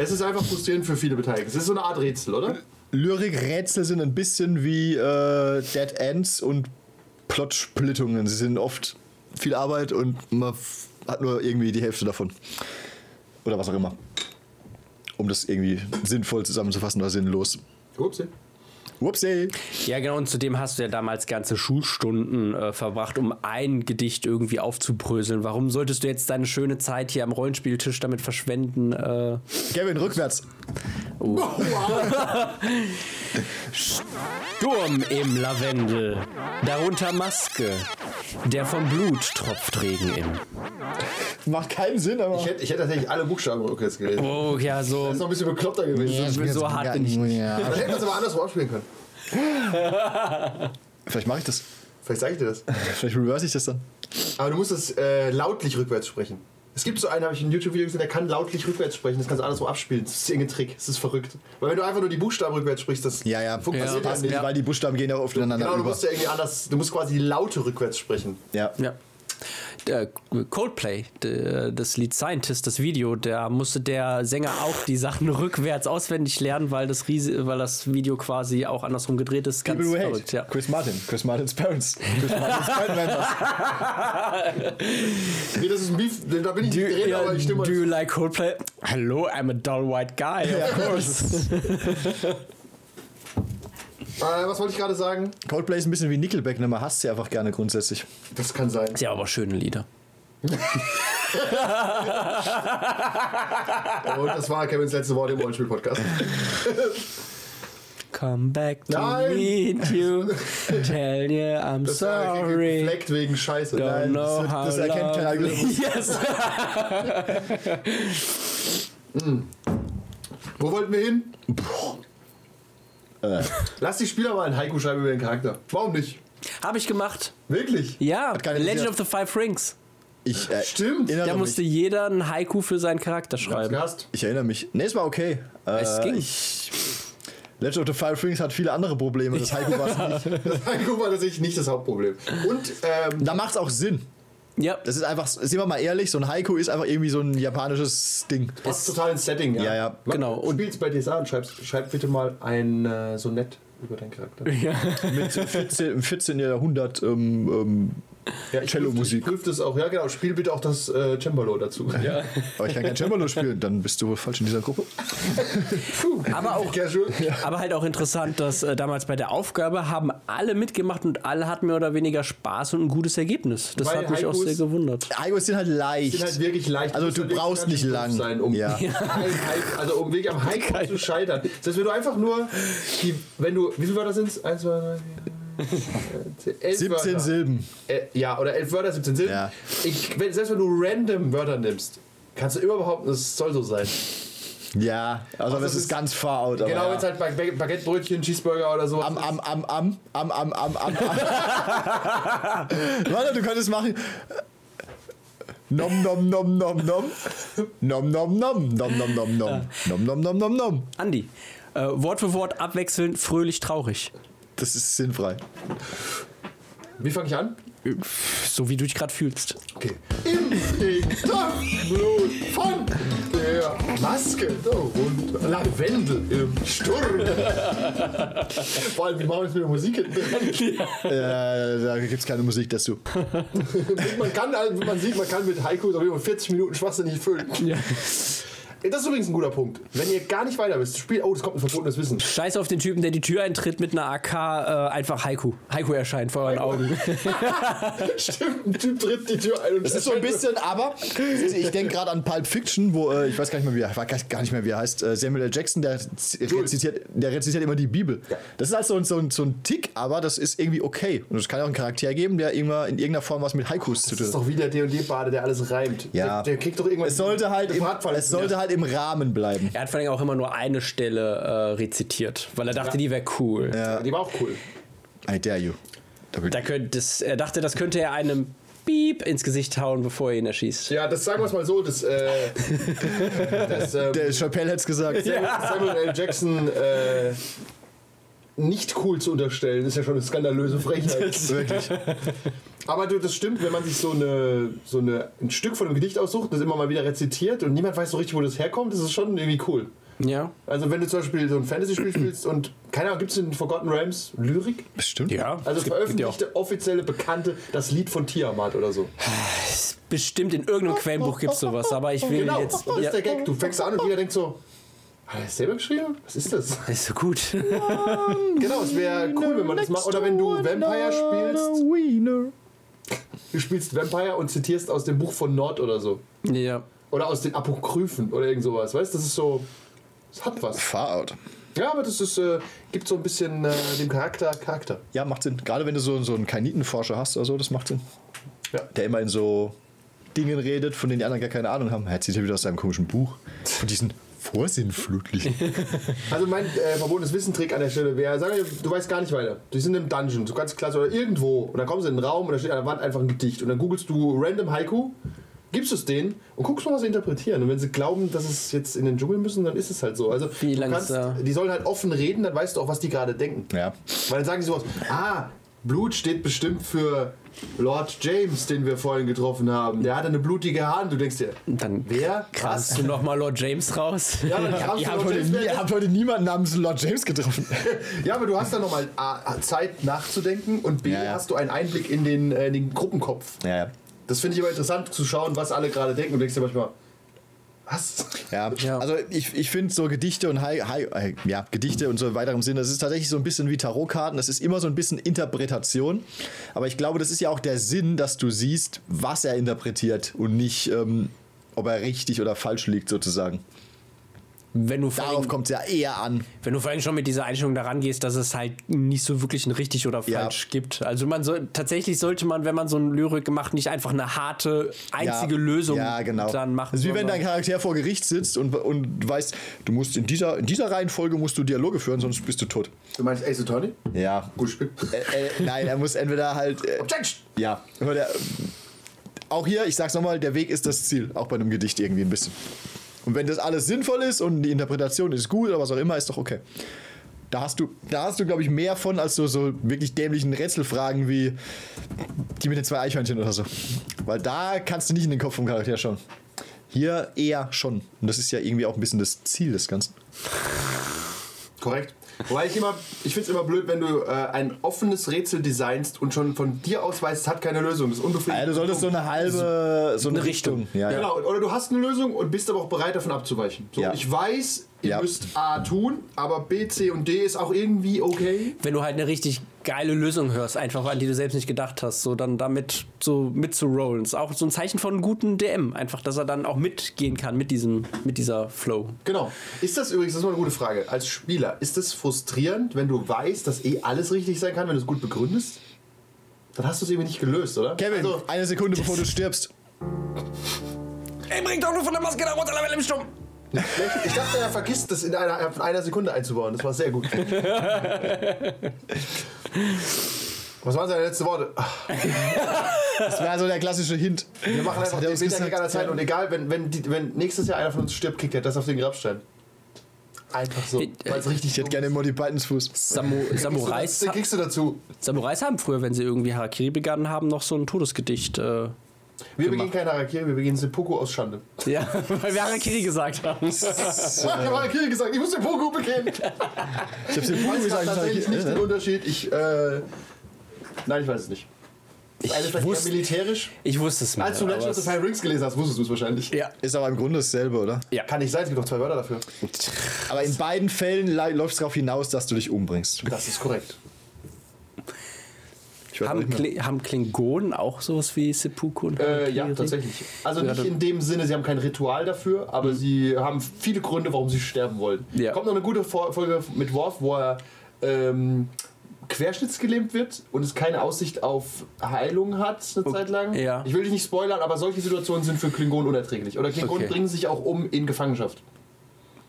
Speaker 4: es ist einfach frustrierend für viele Beteiligte. Es ist so eine Art Rätsel, oder?
Speaker 5: Lyrikrätsel sind ein bisschen wie äh, Dead Ends und Plotsplittungen. Sie sind oft viel Arbeit und man f- hat nur irgendwie die Hälfte davon. Oder was auch immer. Um das irgendwie sinnvoll zusammenzufassen oder sinnlos.
Speaker 4: Upsi.
Speaker 5: Whoopsie.
Speaker 3: Ja, genau. Und zudem hast du ja damals ganze Schulstunden äh, verbracht, um ein Gedicht irgendwie aufzubröseln. Warum solltest du jetzt deine schöne Zeit hier am Rollenspieltisch damit verschwenden? Äh,
Speaker 5: Kevin, rückwärts.
Speaker 3: Sturm im Lavendel, darunter Maske, der vom Blut tropft Regen im.
Speaker 5: Macht keinen Sinn, aber.
Speaker 4: Ich hätte, ich hätte tatsächlich alle Buchstaben rückwärts gelesen.
Speaker 3: Oh, ja,
Speaker 4: Das ist
Speaker 3: so.
Speaker 4: noch ein bisschen bekloppter gewesen.
Speaker 3: Ich bin so hart bin ich.
Speaker 4: Dann hätten wir es aber andersrum abspielen können.
Speaker 5: Vielleicht mache ich das.
Speaker 4: Vielleicht sage ich dir das.
Speaker 5: Vielleicht reverse ich das dann.
Speaker 4: Aber du musst es äh, lautlich rückwärts sprechen. Es gibt so einen, habe ich in YouTube-Video gesehen, der kann lautlich rückwärts sprechen. Das kannst du anderswo abspielen. Das ist irgendein Trick. Das ist verrückt. Weil wenn du einfach nur die Buchstaben rückwärts sprichst, das
Speaker 5: Ja, ja,
Speaker 4: funktioniert
Speaker 5: das
Speaker 4: ja,
Speaker 5: passt
Speaker 4: nicht.
Speaker 5: nicht, weil die Buchstaben gehen ja oft ineinander
Speaker 4: Genau, du
Speaker 5: über.
Speaker 4: musst ja irgendwie anders, du musst quasi die Laute rückwärts sprechen.
Speaker 5: Ja.
Speaker 3: Ja. Äh, Coldplay, d- das Lied Scientist, das Video, da musste der Sänger auch die Sachen rückwärts auswendig lernen, weil das, Riese, weil das Video quasi auch andersrum gedreht ist. Ganz
Speaker 5: People who hate.
Speaker 3: verrückt, ja.
Speaker 5: Chris Martin. Chris Martins Parents. Chris Martins Parents.
Speaker 4: Nee, das ist ein Beef, da bin ich nicht geredet, aber ich stimme
Speaker 3: do you like Coldplay? Hello, I'm a dull white guy, of course.
Speaker 4: Äh, was wollte ich gerade sagen?
Speaker 5: Coldplay ist ein bisschen wie Nickelback, ne? Man hasst sie einfach gerne grundsätzlich.
Speaker 4: Das kann sein.
Speaker 3: Sie haben aber schöne Lieder.
Speaker 4: Und das war Kevins letzte Wort im Rollenspiel-Podcast.
Speaker 3: Come back to
Speaker 4: Nein.
Speaker 3: meet you. Tell you I'm
Speaker 4: Das war
Speaker 3: sorry.
Speaker 4: gefleckt wegen Scheiße.
Speaker 3: Don't
Speaker 4: Nein.
Speaker 3: know
Speaker 5: wird-
Speaker 3: how
Speaker 5: das erkennt kein
Speaker 3: lonely-
Speaker 5: Algorithmus.
Speaker 3: Yes.
Speaker 4: Wo wollten wir hin? Lass die Spieler mal ein Haiku schreiben über den Charakter. Warum nicht?
Speaker 3: Habe ich gemacht.
Speaker 4: Wirklich?
Speaker 3: Ja,
Speaker 5: keine
Speaker 3: Legend
Speaker 5: Lieder.
Speaker 3: of the Five Rings.
Speaker 5: Ich, äh,
Speaker 4: Stimmt.
Speaker 5: erinnere
Speaker 3: Da
Speaker 5: mich.
Speaker 3: musste jeder ein Haiku für seinen Charakter schreiben.
Speaker 4: Gast.
Speaker 5: Ich erinnere mich. Nee, es war okay. Äh,
Speaker 3: Es ging.
Speaker 5: Ich, Legend of the Five Rings hat viele andere Probleme. Das Haiku war es nicht.
Speaker 4: Das Haiku war tatsächlich nicht das Hauptproblem. Und ähm,
Speaker 5: Da macht's auch Sinn.
Speaker 3: Ja,
Speaker 5: Das ist einfach, sind wir mal ehrlich, so ein Haiku ist einfach irgendwie so ein japanisches Ding.
Speaker 4: passt total ins Setting, ja.
Speaker 5: Ja, ja,
Speaker 3: genau.
Speaker 4: Und
Speaker 3: Und-
Speaker 4: spielst bei DSA und schreibst, schreib bitte mal ein äh, Sonett über deinen Charakter.
Speaker 3: ja.
Speaker 5: Mit 14, im 14. Jahrhundert ähm, ähm,
Speaker 4: Ja, ich
Speaker 5: Cello-Musik.
Speaker 4: Prüft es auch, ja genau. Spiel bitte auch das äh, Cembalo dazu. Ja.
Speaker 5: Aber ich kann kein Cembalo spielen, dann bist du wohl falsch in dieser Gruppe.
Speaker 3: Aber auch.
Speaker 4: Casual.
Speaker 3: Aber halt auch interessant, dass äh, damals bei der Aufgabe haben alle mitgemacht und alle hatten mehr oder weniger Spaß und ein gutes Ergebnis. Das
Speaker 4: Weil
Speaker 3: hat mich auch
Speaker 4: Haikus-
Speaker 3: sehr gewundert.
Speaker 5: Haikos sind halt leicht.
Speaker 4: sind halt wirklich leicht.
Speaker 5: Also
Speaker 4: musst
Speaker 5: du
Speaker 4: halt wirklich
Speaker 5: brauchst
Speaker 4: ganz
Speaker 5: nicht
Speaker 4: doof
Speaker 5: lang.
Speaker 4: sein, um
Speaker 5: Ja.
Speaker 4: Ein Hike- also um wirklich am Hike zu scheitern. Das heißt, wenn du einfach nur, die, wenn du, wie viele Wörter sind es? 1, 2, 3, 4, 11
Speaker 5: 17
Speaker 4: Wörter.
Speaker 5: Silben.
Speaker 4: Äh, ja, oder 11 Wörter, 17 Silben.
Speaker 5: Ja.
Speaker 4: Ich, wenn, selbst wenn du random Wörter nimmst, kannst du immer behaupten, es soll so sein.
Speaker 5: Ja, also, das
Speaker 4: das
Speaker 5: ist
Speaker 4: ist-
Speaker 5: ganz far out. aber
Speaker 4: genau,
Speaker 5: ja.
Speaker 4: wenn es halt Bag- Bag- Baguettebrötchen, Cheeseburger oder so.
Speaker 5: Am, am, am, am, am, am, am, am, am. Warte, du könntest machen. Nom, nom, nom, nom, nom. Nom, nom, nom, nom, nom, nom, nom. Nom, nom, nom, nom, nom.
Speaker 3: Andi, äh, Wort für Wort abwechselnd, fröhlich, traurig.
Speaker 5: Das ist sinnfrei.
Speaker 4: Wie fange ich an?
Speaker 3: So wie du dich gerade fühlst.
Speaker 4: Okay. Im Blut von der Maske darunter. Lavendel im Sturm. Vor allem, wie machen wir das mit der Musik hinten dran?
Speaker 5: Äh, da gibt's keine Musik dazu.
Speaker 4: Man kann, halt, wie man sieht, man kann mit Haikus auf jeden Fall 40 Minuten Schwachsinn nicht füllen. Das ist übrigens ein guter Punkt. Wenn ihr gar nicht weiter wisst, spielt, oh, das kommt ein verbotenes Wissen.
Speaker 3: Scheiß auf den Typen, der die Tür eintritt mit einer AK, äh, einfach Haiku. Haiku erscheint vor euren Augen.
Speaker 4: Stimmt, ein Typ tritt die Tür ein und
Speaker 5: Das ist so ein bisschen, aber ich denke gerade an Pulp Fiction, wo äh, ich weiß gar nicht mehr, wie er, ich weiß gar nicht mehr, wie er heißt. Äh, Samuel L. Jackson, der z- rezitiert, der rezitiert immer die Bibel. Das ist halt so ein, so, ein, so ein Tick, aber das ist irgendwie okay. Und es kann auch einen Charakter geben, der immer in irgendeiner Form was mit Haikus zu
Speaker 4: Das ist
Speaker 5: tun hat.
Speaker 4: doch wie der D&D-Bade, der alles reimt.
Speaker 5: Ja.
Speaker 4: Der, der kriegt doch irgendwann...
Speaker 5: Es sollte halt im,
Speaker 4: Bratpfahl.
Speaker 5: es sollte halt im Rahmen bleiben.
Speaker 3: Er hat vor allem auch immer nur eine Stelle äh, rezitiert, weil er dachte, die wäre cool.
Speaker 4: Die war auch cool.
Speaker 5: I dare you. Da bin-
Speaker 3: Da könnte das, er dachte, das könnte er einem Piep ins Gesicht hauen, bevor er ihn erschießt.
Speaker 4: Ja, das sagen wir es mal so, das, äh, das ähm,
Speaker 5: Der Chappelle hätte es gesagt.
Speaker 4: Samuel L. Jackson äh, nicht cool zu unterstellen, ist ja schon eine skandalöse Frechheit.
Speaker 5: Wirklich.
Speaker 4: Aber du, das stimmt, wenn man sich so, eine, so eine, ein Stück von einem Gedicht aussucht, das immer mal wieder rezitiert und niemand weiß so richtig, wo das herkommt, das ist schon irgendwie cool.
Speaker 3: Ja.
Speaker 4: Also wenn du zum Beispiel so ein Fantasy-Spiel spielst und, keine Ahnung, gibt es in Forgotten Realms Lyrik?
Speaker 5: Bestimmt.
Speaker 3: Ja.
Speaker 4: Also
Speaker 3: es gibt- gibt ja auch-
Speaker 4: veröffentlichte offizielle Bekannte das Lied von Tiamat oder so.
Speaker 3: Bestimmt in irgendeinem Quellenbuch gibt es sowas, aber ich will
Speaker 4: Genau,
Speaker 3: jetzt.
Speaker 4: das
Speaker 3: Ja,
Speaker 4: ist der Gag. Du fängst an und jeder denkt so, hat er das selber geschrieben? Was ist das?
Speaker 3: ist so gut.
Speaker 4: Genau, es wäre cool, wenn man das macht. Oder wenn du Vampire spielst, du spielst Vampire und zitierst aus dem Buch von Nord oder so.
Speaker 3: ja.
Speaker 4: Oder aus den Apokryphen oder irgend sowas. Weißt du, das ist so. Das hat was.
Speaker 5: Far out.
Speaker 4: Ja, aber das ist, äh, gibt so ein bisschen äh, dem Charakter Charakter.
Speaker 5: Ja, macht Sinn. Gerade wenn du so, so einen Kainitenforscher hast oder so, das macht Sinn.
Speaker 4: Ja.
Speaker 5: Der immer in so Dingen redet, von denen die anderen gar keine Ahnung haben. Er zieht ja wieder aus seinem komischen Buch. Von diesen Vorsinnflutlichen.
Speaker 4: Also mein äh, verbotenes Wissentrick an der Stelle wäre, sag mal, du weißt gar nicht weiter. Die sind im Dungeon, so ganz klasse oder irgendwo. Und dann kommen sie in den Raum und da steht an der Wand einfach ein Gedicht. Und dann googelst du random Haiku gibst du es denen und guckst mal, was sie interpretieren. Und wenn sie glauben, dass es jetzt in den Dschungel müssen, dann ist es halt so. Also
Speaker 3: Wie
Speaker 4: du
Speaker 3: lang
Speaker 4: kannst,
Speaker 3: ist da?
Speaker 4: die sollen halt offen reden, dann weißt du auch, was die gerade denken.
Speaker 5: Ja.
Speaker 4: Weil dann sagen die sowas, ah, Blut steht bestimmt für Lord James, den wir vorhin getroffen haben. Der hatte eine blutige Hand. Du denkst dir,
Speaker 3: Dann
Speaker 4: wer?
Speaker 3: Kannst
Speaker 4: Krass.
Speaker 3: du nochmal Lord James raus?
Speaker 4: Ja, dann kramst
Speaker 5: Ihr
Speaker 4: du
Speaker 5: habt
Speaker 4: Lord
Speaker 5: heute,
Speaker 4: James
Speaker 5: nie,
Speaker 4: mehr.
Speaker 5: ihr habt heute niemanden namens Lord James getroffen.
Speaker 4: Ja, aber du hast dann nochmal A, Zeit nachzudenken und B,
Speaker 5: Ja, ja.
Speaker 4: hast du einen Einblick in den, äh, in den Gruppenkopf.
Speaker 5: ja, ja.
Speaker 4: Das finde ich immer interessant zu schauen, was alle gerade denken und denkst dir manchmal, was?
Speaker 5: Ja.
Speaker 3: Ja.
Speaker 5: also ich, ich finde so Gedichte und Hai, Hai, äh, ja, Gedichte und so in weiterem Sinn, das ist tatsächlich so ein bisschen wie Tarotkarten, das ist immer so ein bisschen Interpretation, aber ich glaube, das ist ja auch der Sinn, dass du siehst, was er interpretiert und nicht, ähm, ob er richtig oder falsch liegt sozusagen.
Speaker 3: Wenn du vor
Speaker 5: Darauf
Speaker 3: allem,
Speaker 5: kommt es ja eher an.
Speaker 3: wenn du vor allem schon mit dieser Einstellung daran gehst, dass es halt nicht so wirklich ein richtig oder
Speaker 5: Ja.
Speaker 3: falsch gibt. Also man soll tatsächlich sollte man, wenn man so eine Lyrik macht, nicht einfach eine harte einzige
Speaker 5: ja,
Speaker 3: Lösung
Speaker 5: ja, genau.
Speaker 3: dann machen. ne?
Speaker 5: Das ist wie wenn
Speaker 3: sondern-
Speaker 5: dein Charakter vor Gericht sitzt und, und weißt, du musst in dieser, in dieser Reihenfolge musst du Dialoge führen, sonst bist du tot.
Speaker 4: Du meinst Ace Attorney?
Speaker 5: Ja.
Speaker 4: Gut Spiel.
Speaker 5: Äh, äh, nein, er muss entweder halt. Äh,
Speaker 4: Objection!
Speaker 5: ja. Aber der, auch hier, ich sag's nochmal, der Weg ist das Ziel. Auch bei einem Gedicht irgendwie ein bisschen. Und wenn das alles sinnvoll ist und die Interpretation ist gut oder was auch immer, ist doch okay. Da hast du, da hast du glaube ich, mehr von als so, so wirklich dämlichen Rätselfragen wie die mit den zwei Eichhörnchen oder so. Weil da kannst du nicht in den Kopf vom Charakter schauen. Hier eher schon. Und das ist ja irgendwie auch ein bisschen das Ziel des Ganzen.
Speaker 4: Korrekt. Wobei ich immer, ich finde es immer blöd, wenn du äh, ein offenes Rätsel designst und schon von dir aus weißt, es hat keine Lösung. Das ist unbefriedigend.
Speaker 5: Also du solltest so eine halbe so eine,
Speaker 3: Eine Richtung.
Speaker 5: Richtung. Ja, ja.
Speaker 4: Genau, oder du hast eine Lösung und bist aber auch bereit, davon abzuweichen. So,
Speaker 5: Ja.
Speaker 4: Ich weiß, ihr
Speaker 5: Ja.
Speaker 4: müsst A tun, aber B, C und D ist auch irgendwie okay.
Speaker 3: wenn du halt eine richtig geile Lösung hörst, einfach an die du selbst nicht gedacht hast, so dann damit so mitzurollen. Ist auch so ein Zeichen von einem guten DM, einfach, dass er dann auch mitgehen kann mit diesem, mit dieser Flow.
Speaker 4: Genau. Ist das übrigens, das ist mal eine gute Frage, als Spieler, ist das frustrierend, wenn du weißt, dass eh alles richtig sein kann, wenn du es gut begründest? Dann hast du es irgendwie nicht gelöst, oder?
Speaker 5: Kevin,
Speaker 4: Also,
Speaker 5: eine Sekunde bevor du stirbst.
Speaker 3: Ey, bring doch nur von der Maske nach unter der Welle im Sturm!
Speaker 4: ich dachte, er vergisst das in einer, in einer Sekunde einzubauen. Das war sehr gut. Was waren seine letzten Worte?
Speaker 5: Das wäre so der klassische Hint.
Speaker 4: Wir machen einfach
Speaker 5: hat er
Speaker 4: den
Speaker 5: uns
Speaker 4: Winterkick
Speaker 5: gesagt?
Speaker 4: aller Zeit und egal, wenn, wenn, die, wenn nächstes Jahr einer von uns stirbt, kriegt er das auf den Grabstein. Einfach so, weil es
Speaker 5: Äh,
Speaker 4: richtig
Speaker 5: Ich hätte gerne Monty Pythons Fuß.
Speaker 3: Samu
Speaker 4: Samurais.
Speaker 3: Samurais,
Speaker 4: Den kriegst du dazu.
Speaker 3: Samurais haben früher, wenn sie irgendwie Harakiri begangen haben, noch so ein Todesgedicht. Äh,
Speaker 4: Wir begehen keine Harakiri, wir begehen Seppuku aus Schande.
Speaker 3: ja, weil wir Harakiri gesagt haben.
Speaker 5: Äh,
Speaker 4: Ich habe Harakiri gesagt, ich muss Seppuku begehen.
Speaker 5: Ich hab's dir
Speaker 4: Ich
Speaker 5: vorhin gesagt.
Speaker 4: weiß gerade
Speaker 5: ich sag,
Speaker 4: tatsächlich nicht
Speaker 5: äh,
Speaker 4: den Unterschied. Ich, äh, nein, ich weiß es nicht. Das eine ist vielleicht eher militärisch.
Speaker 3: Ich wusste es mal.
Speaker 4: Als du Legend of the Five Rings gelesen hast, wusstest du es wahrscheinlich.
Speaker 3: ja.
Speaker 5: Ist aber im Grunde dasselbe, oder?
Speaker 4: Kann nicht sein, es gibt noch zwei Wörter dafür.
Speaker 5: Aber in beiden Fällen läuft es darauf hinaus, dass du dich umbringst.
Speaker 4: Das ist korrekt.
Speaker 5: Ich weiß
Speaker 3: Haben,
Speaker 5: nicht mehr.
Speaker 3: Kli haben Klingonen auch sowas wie Seppuku und
Speaker 4: Äh, ja,
Speaker 3: Harakiri?
Speaker 4: tatsächlich. Also
Speaker 3: Ja,
Speaker 4: nicht
Speaker 3: dann-
Speaker 4: in dem Sinne, sie haben kein Ritual dafür, aber sie haben viele Gründe, warum sie sterben wollen.
Speaker 3: Ja.
Speaker 4: Kommt noch eine gute Vor- Folge mit Worf, wo er ähm, querschnittsgelähmt wird und es keine Aussicht auf Heilung hat eine Zeit lang.
Speaker 3: ja.
Speaker 4: Ich will dich nicht spoilern, aber solche Situationen sind für Klingonen unerträglich. Oder Klingonen
Speaker 3: Okay.
Speaker 4: bringen sich auch um in Gefangenschaft.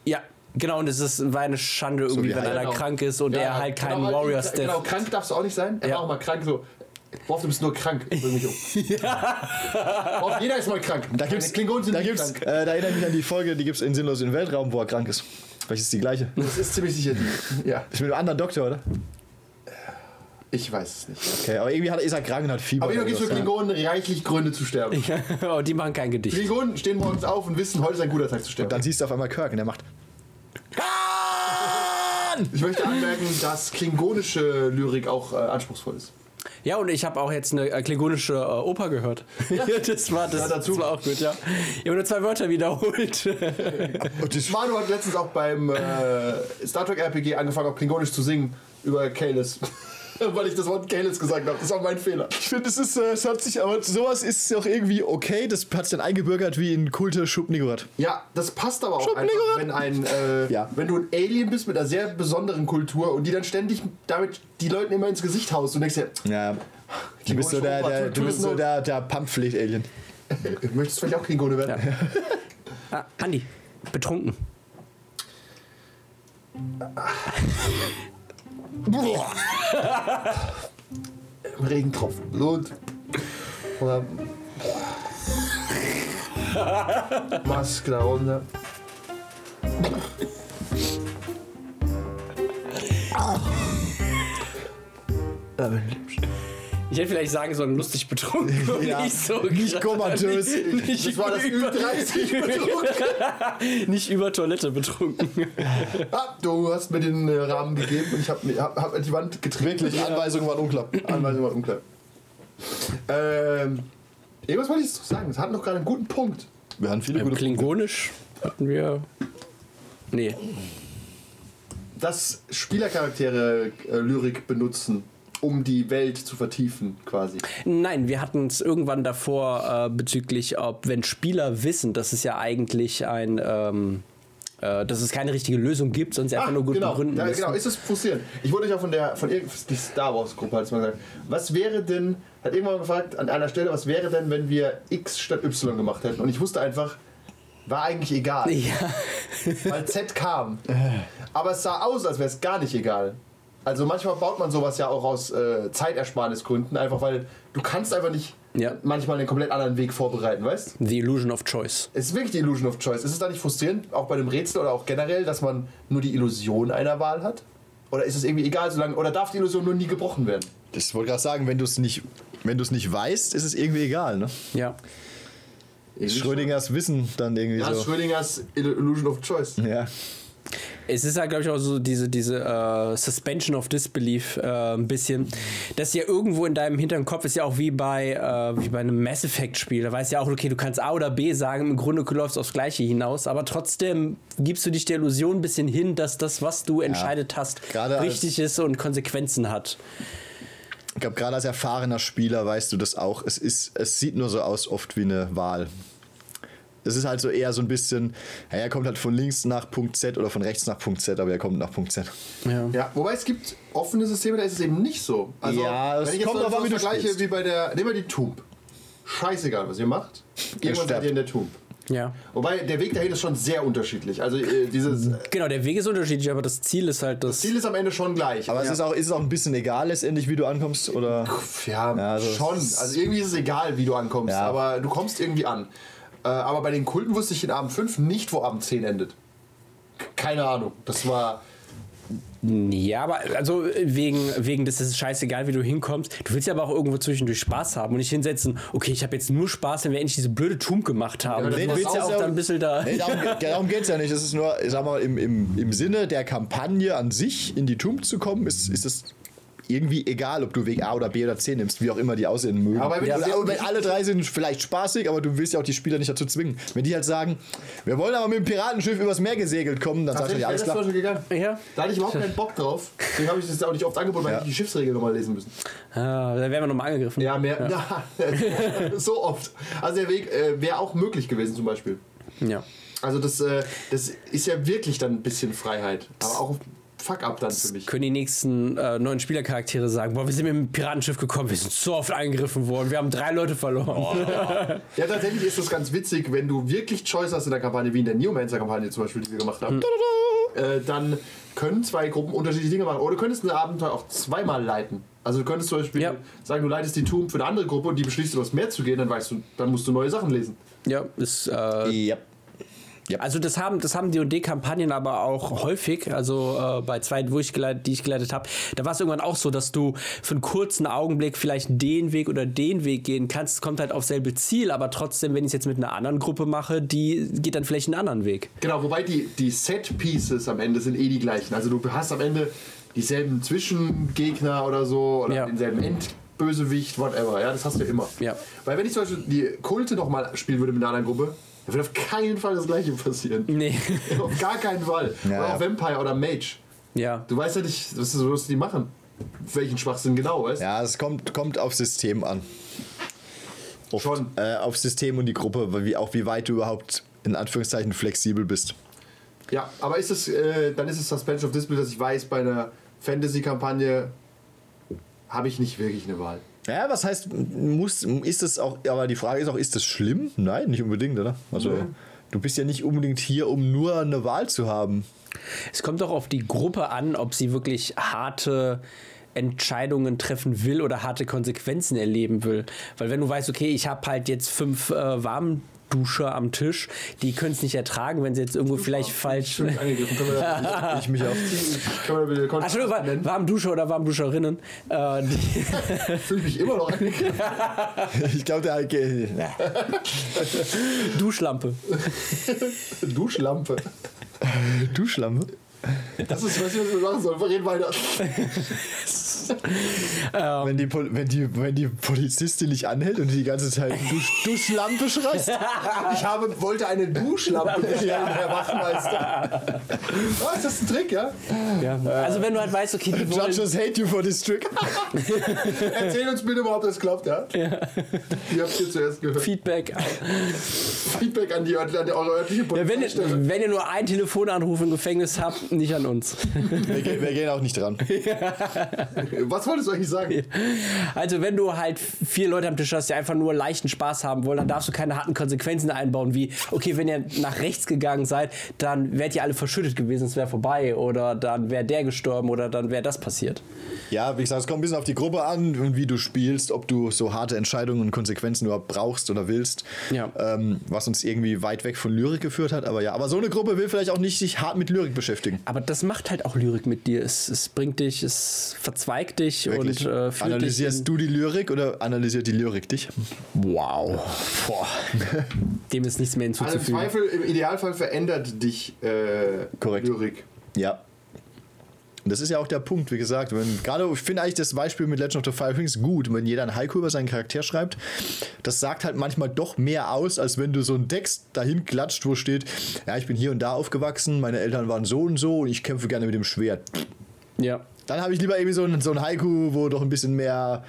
Speaker 3: Ja, genau, und es ist, war eine Schande irgendwie,
Speaker 5: wie
Speaker 3: wenn
Speaker 5: Heil-
Speaker 3: einer
Speaker 4: Genau.
Speaker 3: krank ist und
Speaker 4: Ja,
Speaker 3: er halt
Speaker 4: genau,
Speaker 3: keinen
Speaker 4: aber-
Speaker 3: Warriors Death.
Speaker 4: Genau, krank darfst du auch nicht sein. Er
Speaker 3: Ja.
Speaker 4: war auch mal krank so. Worf, du bist nur krank. Bring mich um. Worf, jeder ist mal krank.
Speaker 5: Da gibt's,
Speaker 4: Klingonen sind
Speaker 5: da
Speaker 4: nicht
Speaker 5: gibt's,
Speaker 4: krank.
Speaker 5: äh, da erinnere ich mich an die Folge, die gibt's in Sinnlos im Weltraum, wo er krank ist. Vielleicht ist die gleiche.
Speaker 4: Das ist ziemlich sicher die. Ja,
Speaker 5: Ist mit einem anderen Doktor, oder?
Speaker 4: ich weiß es nicht.
Speaker 5: Okay, aber irgendwie hat, ist er krank und hat Fieber.
Speaker 4: Aber immer
Speaker 5: oder
Speaker 4: gibt es für
Speaker 5: sowas, ja.
Speaker 4: Klingonen reichlich Gründe zu sterben.
Speaker 3: Oh, die machen kein Gedicht.
Speaker 4: Klingonen stehen morgens auf und wissen, heute ist ein guter Tag zu sterben.
Speaker 5: Dann siehst du auf einmal Kirk und der macht.
Speaker 4: Ich möchte anmerken, dass klingonische Lyrik auch äh, anspruchsvoll ist.
Speaker 3: Ja, und ich habe auch jetzt eine äh, klingonische äh, Oper gehört. Ja. das war das,
Speaker 4: dazu.
Speaker 3: das war auch gut, ja. Ich habe nur zwei Wörter wiederholt.
Speaker 5: Und das
Speaker 4: Manu hat letztens auch beim äh, Star Trek RPG angefangen, auch klingonisch zu singen über Kalis. Weil ich das Wort Kalis gesagt habe. Das war mein Fehler.
Speaker 5: Ich finde, es ist, äh, es hat sich, aber sowas ist auch irgendwie okay. Das hat sich dann eingebürgert wie in Kulte Schubnigurat.
Speaker 4: Ja, das passt aber auch
Speaker 5: Schub
Speaker 4: einfach,
Speaker 5: Nigger.
Speaker 4: wenn, ein, äh,
Speaker 5: Ja.
Speaker 4: wenn du ein Alien bist mit einer sehr besonderen Kultur und die dann ständig damit die Leuten immer ins Gesicht haust und denkst dir,
Speaker 5: Ja. Du bist so der, der, du bist so der, der Pampflicht-Alien.
Speaker 4: möchtest du vielleicht auch Klingone werden?
Speaker 3: ah, Andi, betrunken.
Speaker 4: Regentropfen. Blut. Oder Maske da runter.
Speaker 3: Ich hätte vielleicht sagen sollen, lustig betrunken. und
Speaker 5: Ja,
Speaker 3: nicht so
Speaker 5: nicht komatös.
Speaker 3: Nicht,
Speaker 4: Das war das
Speaker 3: über,
Speaker 4: Ü30 betrunken.
Speaker 3: nicht über Toilette betrunken.
Speaker 4: Ah, du hast mir den äh, Rahmen gegeben und ich habe hab, hab die Wand getreten.
Speaker 5: Wirklich, Anweisungen waren unklar.
Speaker 4: Anweisung war unklar. Ähm, irgendwas wollte ich jetzt sagen. Es hat noch gerade einen guten Punkt.
Speaker 5: Wir hatten viele gute
Speaker 3: Klingonisch hatten wir. Nee.
Speaker 4: Dass Spielercharaktere äh, Lyrik benutzen, um die Welt zu vertiefen, quasi.
Speaker 3: Nein, wir hatten es irgendwann davor äh, bezüglich, ob wenn Spieler wissen, dass es ja eigentlich ein, ähm, äh, dass es keine richtige Lösung gibt, sonst einfach nur gut
Speaker 4: genau.
Speaker 3: begründen
Speaker 4: ja,
Speaker 3: müssen.
Speaker 4: genau, ist es frustrierend. Ich wurde ja von der von irgend- die Star Wars Gruppe hat es mal gesagt. Was wäre denn, hat irgendwann gefragt an einer Stelle, was wäre denn, wenn wir X statt Y gemacht hätten? Und ich wusste einfach, war eigentlich egal,
Speaker 3: ja.
Speaker 4: weil Z kam. Aber es sah aus, als wäre es gar nicht egal. Also manchmal baut man sowas ja auch aus äh, Zeitersparnisgründen, einfach weil du kannst einfach nicht
Speaker 3: Ja.
Speaker 4: manchmal einen komplett anderen Weg vorbereiten, weißt?
Speaker 3: The Illusion of Choice.
Speaker 4: Es ist wirklich die Illusion of Choice. Ist es da nicht frustrierend, auch bei dem Rätsel oder auch generell, dass man nur die Illusion einer Wahl hat? Oder ist es irgendwie egal, solange. Oder darf die Illusion nur nie gebrochen werden?
Speaker 5: Das wollte gerade sagen, wenn du es nicht, wenn du es nicht weißt, ist es irgendwie egal, ne?
Speaker 3: Ja.
Speaker 5: Schrödingers Wissen dann irgendwie
Speaker 4: Das ist
Speaker 5: so.
Speaker 4: Also Schrödingers Illusion of Choice.
Speaker 5: Ja.
Speaker 3: Es ist ja, glaube ich, auch so diese, diese äh, Suspension of Disbelief äh, ein bisschen. Das ja irgendwo in deinem hinteren Kopf ist ja auch wie bei, äh, wie bei einem Mass Effect-Spiel. Da weißt du ja auch, okay, du kannst A oder B sagen, im Grunde läufst du aufs Gleiche hinaus, aber trotzdem gibst du dich der Illusion ein bisschen hin, dass das, was du entscheidet hast,
Speaker 5: Gerade als-
Speaker 3: richtig ist und Konsequenzen hat.
Speaker 5: Ich glaube, gerade als erfahrener Spieler weißt du das auch. Es, ist, es sieht nur so aus oft wie eine Wahl. Es ist halt so eher so ein bisschen, ja, er kommt halt von links nach Punkt Z oder von rechts nach Punkt Z, aber er kommt nach Punkt Z.
Speaker 4: Ja, wobei es gibt offene Systeme, da ist es eben nicht so. Also,
Speaker 5: Ja, es
Speaker 4: wenn ich jetzt
Speaker 5: kommt
Speaker 4: so
Speaker 5: drauf an, wie du
Speaker 4: vergleiche
Speaker 5: spielst.
Speaker 4: wie bei der. Nehmen wir die Tomb. Scheißegal, was ihr macht. Irgendwann seid
Speaker 5: sterbt.
Speaker 4: ihr in der Tomb.
Speaker 3: Ja.
Speaker 4: Wobei der Weg dahin ist schon sehr unterschiedlich. Also, äh, dieses. äh,
Speaker 3: Genau, der Weg ist unterschiedlich, aber das Ziel ist halt das.
Speaker 4: Ziel ist am Ende schon gleich.
Speaker 5: Aber es ist auch, ist es auch ein bisschen egal letztendlich, wie du ankommst oder.
Speaker 4: Ja,
Speaker 5: Ja, also
Speaker 4: schon.
Speaker 5: es-
Speaker 4: Also irgendwie ist es egal, wie du ankommst,
Speaker 5: Ja.
Speaker 4: aber du kommst irgendwie an. Äh, aber bei den Kulten wusste ich in Abend 5 nicht, wo Abend 10 endet. K- Keine Ahnung. Das war.
Speaker 3: Ja, aber also wegen, wegen des, es ist scheißegal, wie du hinkommst. Du willst ja aber auch irgendwo zwischendurch Spaß haben und nicht hinsetzen, okay, ich habe jetzt nur Spaß, wenn wir endlich diese blöde Tump gemacht haben.
Speaker 4: Ja, das
Speaker 3: du
Speaker 4: muss
Speaker 3: willst ja
Speaker 4: auch
Speaker 3: auch
Speaker 4: so-
Speaker 3: dann ein bisschen da.
Speaker 5: Nee, darum, darum geht es ja nicht. Es ist nur, ich sag mal, im, im, im Sinne der Kampagne an sich in die Tomb zu kommen, ist, ist es irgendwie egal, ob du Weg A oder B oder C nimmst, wie auch immer die aussehen mögen.
Speaker 4: Aber
Speaker 5: Aber
Speaker 4: wenn
Speaker 5: wenn,
Speaker 4: du-
Speaker 5: wenn alle drei sind vielleicht spaßig, aber du willst ja auch die Spieler nicht dazu zwingen. Wenn die halt sagen, wir wollen aber mit dem Piratenschiff übers Meer gesegelt kommen, dann sagst du
Speaker 4: Tatsächlich
Speaker 5: ja
Speaker 4: wäre
Speaker 5: alles
Speaker 4: das zum
Speaker 5: klar.
Speaker 4: Beispiel
Speaker 3: Ja.
Speaker 4: gegangen. Da hatte ich überhaupt keinen Bock drauf. Deswegen habe ich das auch nicht oft angeboten, weil
Speaker 5: Ja.
Speaker 4: ich die Schiffsregel nochmal lesen müssen.
Speaker 3: Ah, da wären wir nochmal angegriffen.
Speaker 4: Ja, mehr. Na, so oft. Also der Weg äh, wäre auch möglich gewesen, zum Beispiel.
Speaker 3: Ja.
Speaker 4: Also das, äh, das ist ja wirklich dann ein bisschen Freiheit. Aber auch Fuck-up dann für mich.
Speaker 3: Können die nächsten äh, neuen Spielercharaktere sagen, boah, wir sind mit dem Piratenschiff gekommen, wir sind so oft angegriffen worden, wir haben drei Leute verloren.
Speaker 4: Oh. Ja, tatsächlich ist das ganz witzig, wenn du wirklich Choice hast in der Kampagne, wie in der Neomancer-Kampagne zum Beispiel, die wir gemacht haben, äh, dann können zwei Gruppen unterschiedliche Dinge machen. Oder du könntest ein Abenteuer auch zweimal leiten. Also du könntest zum Beispiel
Speaker 3: Ja.
Speaker 4: sagen, du leitest die Tomb für eine andere Gruppe und die beschließt, übers Meer zu gehen, dann weißt du, dann musst du neue Sachen lesen.
Speaker 3: ja, ist äh,
Speaker 5: Ja.
Speaker 3: Also das haben, das haben D&D-Kampagnen aber auch häufig, also äh, bei zwei, wo ich geleitet, die ich geleitet habe, da war es irgendwann auch so, dass du für einen kurzen Augenblick vielleicht den Weg oder den Weg gehen kannst, Es kommt halt aufs selbe Ziel, aber trotzdem, wenn ich es jetzt mit einer anderen Gruppe mache, die geht dann vielleicht einen anderen Weg.
Speaker 4: Genau, wobei die, die Set-Pieces am Ende sind eh die gleichen. Also du hast am Ende dieselben Zwischengegner oder so oder
Speaker 3: Ja.
Speaker 4: denselben Endbösewicht, whatever. Ja, das hast du immer.
Speaker 3: Ja.
Speaker 4: Weil wenn ich zum Beispiel die Kulte nochmal spielen würde mit einer anderen Gruppe, dann würde auf keinen Fall das gleiche passieren.
Speaker 3: Nee.
Speaker 4: auf gar keinen Fall.
Speaker 5: Ja,
Speaker 4: oder auch
Speaker 5: ja.
Speaker 4: Vampire oder Mage.
Speaker 3: ja.
Speaker 4: Du weißt ja nicht, was, was die machen. Welchen Schwachsinn genau, weißt du?
Speaker 5: Ja, es kommt, kommt aufs System an. Oft,
Speaker 4: Schon.
Speaker 5: Äh, aufs System und die Gruppe, weil wie, auch wie weit du überhaupt in Anführungszeichen flexibel bist.
Speaker 4: Ja, aber ist es, äh, dann ist es Suspension of Disbelief, dass ich weiß, bei einer Fantasy-Kampagne habe ich nicht wirklich eine Wahl.
Speaker 5: Ja, was heißt, muss, ist es auch, aber die Frage ist auch, ist das schlimm? Nein, nicht unbedingt, oder? Also, du bist ja nicht unbedingt hier, um nur eine Wahl zu haben.
Speaker 3: Es kommt auch auf die Gruppe an, ob sie wirklich harte Entscheidungen treffen will oder harte Konsequenzen erleben will. Weil wenn du weißt, okay, ich habe halt jetzt fünf äh, warmen Arschduscher am Tisch, die können es nicht ertragen, wenn sie jetzt irgendwo vielleicht falsch.
Speaker 4: Stimmt, angegriffen. Können wir da,
Speaker 5: Ich mich auch.
Speaker 4: können wir da bitte
Speaker 3: Ach, Entschuldigung,
Speaker 4: Kontrasten
Speaker 3: war,
Speaker 4: nennen?
Speaker 3: Warmduscher oder Warmduscherinnen. Äh, die,
Speaker 4: Fühle ich mich immer noch angegriffen.
Speaker 5: Ich glaube, der Heike. Na.
Speaker 3: Duschlampe.
Speaker 4: Duschlampe.
Speaker 5: Duschlampe.
Speaker 4: Das ist, was ich jetzt machen soll. Wir reden weiter.
Speaker 5: Wenn die, Pol- wenn, die, wenn die Polizistin nicht anhält und die ganze Zeit Dusch, Duschlampe schreist.
Speaker 4: Ich habe, wollte eine Duschlampe bestellen, Herr Wachmeister. Ah, ist das ein Trick, ja?
Speaker 3: Ja. Also wenn du halt weißt, okay, die wollen,
Speaker 5: Judges hate you for this trick.
Speaker 4: Erzähl uns bitte mal, ob das klappt, ja? ja. Ihr habt hier zuerst gehört.
Speaker 3: Feedback.
Speaker 4: Feedback an, die, Ört- an eure örtliche
Speaker 3: Ja, wenn,
Speaker 4: Polizeistelle.
Speaker 3: ihr, wenn ihr nur einen Telefonanruf im Gefängnis habt, nicht an uns.
Speaker 5: Wir, gehen- wir gehen auch nicht dran.
Speaker 4: Was wolltest du eigentlich sagen?
Speaker 3: Also wenn du halt vier Leute am Tisch hast, die einfach nur leichten Spaß haben wollen, dann darfst du keine harten Konsequenzen einbauen, wie, okay, wenn ihr nach rechts gegangen seid, dann wärt ihr alle verschüttet gewesen, es wäre vorbei, oder dann wäre der gestorben, oder dann wäre das passiert.
Speaker 5: Ja, wie gesagt, es kommt ein bisschen auf die Gruppe an und wie du spielst, ob du so harte Entscheidungen und Konsequenzen überhaupt brauchst oder willst.
Speaker 3: Ja.
Speaker 5: Ähm, was uns irgendwie weit weg von Lyrik geführt hat. Aber ja, aber so eine Gruppe will vielleicht auch nicht sich hart mit Lyrik beschäftigen.
Speaker 3: Aber das macht halt auch Lyrik mit dir. Es, es bringt dich, es verzweigt dich
Speaker 5: Wirklich.
Speaker 3: und äh, führt dich
Speaker 5: Analysierst du die Lyrik oder analysiert die Lyrik dich? Wow. Boah.
Speaker 3: dem ist nichts mehr
Speaker 4: Also im
Speaker 3: hinzuzufügen.
Speaker 4: Zweifel, im Idealfall verändert dich äh,
Speaker 5: Korrekt.
Speaker 4: Lyrik.
Speaker 5: Ja. Und das ist ja auch der Punkt, wie gesagt. Wenn, gerade, ich finde eigentlich das Beispiel mit Legend of the Five Rings gut. Wenn jeder ein Haiku über seinen Charakter schreibt, das sagt halt manchmal doch mehr aus, als wenn du so einen Text dahin klatscht, wo steht, ja, ich bin hier und da aufgewachsen, meine Eltern waren so und so und ich kämpfe gerne mit dem Schwert.
Speaker 3: Ja.
Speaker 5: Dann habe ich lieber irgendwie so ein, so ein Haiku, wo doch ein bisschen mehr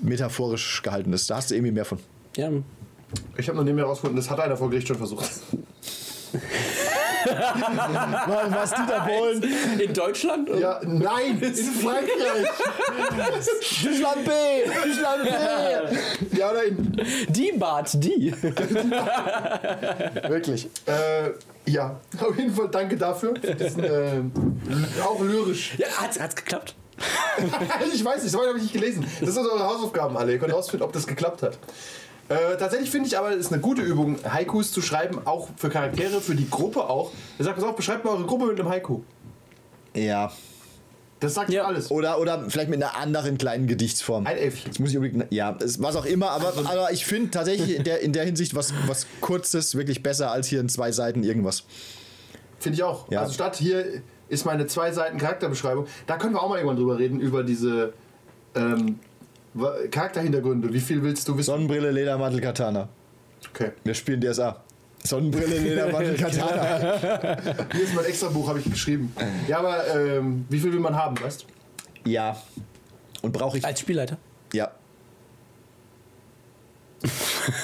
Speaker 5: metaphorisch gehalten ist. Da hast du irgendwie mehr von.
Speaker 3: ja.
Speaker 4: Ich habe noch nie mehr herausgefunden, das hat einer vor Gericht schon versucht.
Speaker 5: Was die da wollen.
Speaker 3: In Deutschland?
Speaker 4: Ja, nein, in Frankreich.
Speaker 5: Die Schlampe! Die Schlampe!
Speaker 4: ja, oder in,
Speaker 3: Die bat die.
Speaker 5: Wirklich.
Speaker 4: äh, ja, auf jeden Fall danke dafür. Für diesen, ähm, auch lyrisch.
Speaker 3: Ja, hat's, hat's geklappt?
Speaker 4: ich weiß nicht, so weit habe ich nicht gelesen. Das sind eure Hausaufgaben alle. Ihr könnt rausfinden, ob das geklappt hat. Äh, tatsächlich finde ich aber, es ist eine gute Übung, Haikus zu schreiben, auch für Charaktere, für die Gruppe auch. Er sagt, pass auf, beschreibt mal eure Gruppe mit einem Haiku.
Speaker 5: Ja.
Speaker 4: Das sagt
Speaker 3: Ja.
Speaker 4: alles.
Speaker 5: Oder, oder vielleicht mit einer anderen kleinen Gedichtsform.
Speaker 4: Ein Also- Elfchen.
Speaker 5: Jetzt muss ich unbedingt. Ja, es, was auch immer, aber, aber ich finde tatsächlich in der, in der Hinsicht was, was Kurzes wirklich besser als hier in zwei Seiten irgendwas.
Speaker 4: Finde ich auch.
Speaker 5: Ja.
Speaker 4: Also statt hier ist meine zwei Seiten Charakterbeschreibung. Da können wir auch mal irgendwann drüber reden, über diese ähm, wa- Charakterhintergründe. Wie viel willst du wissen?
Speaker 5: Sonnenbrille, Ledermantel, Katana.
Speaker 4: Okay.
Speaker 5: Wir spielen DSA. Sonnenbrille, Ledermantel, Katana.
Speaker 4: Hier ist mein extra Buch, habe ich geschrieben. Ja, aber ähm, wie viel will man haben, weißt
Speaker 5: ja. Und brauche ich.
Speaker 3: Als Spielleiter?
Speaker 5: Ja.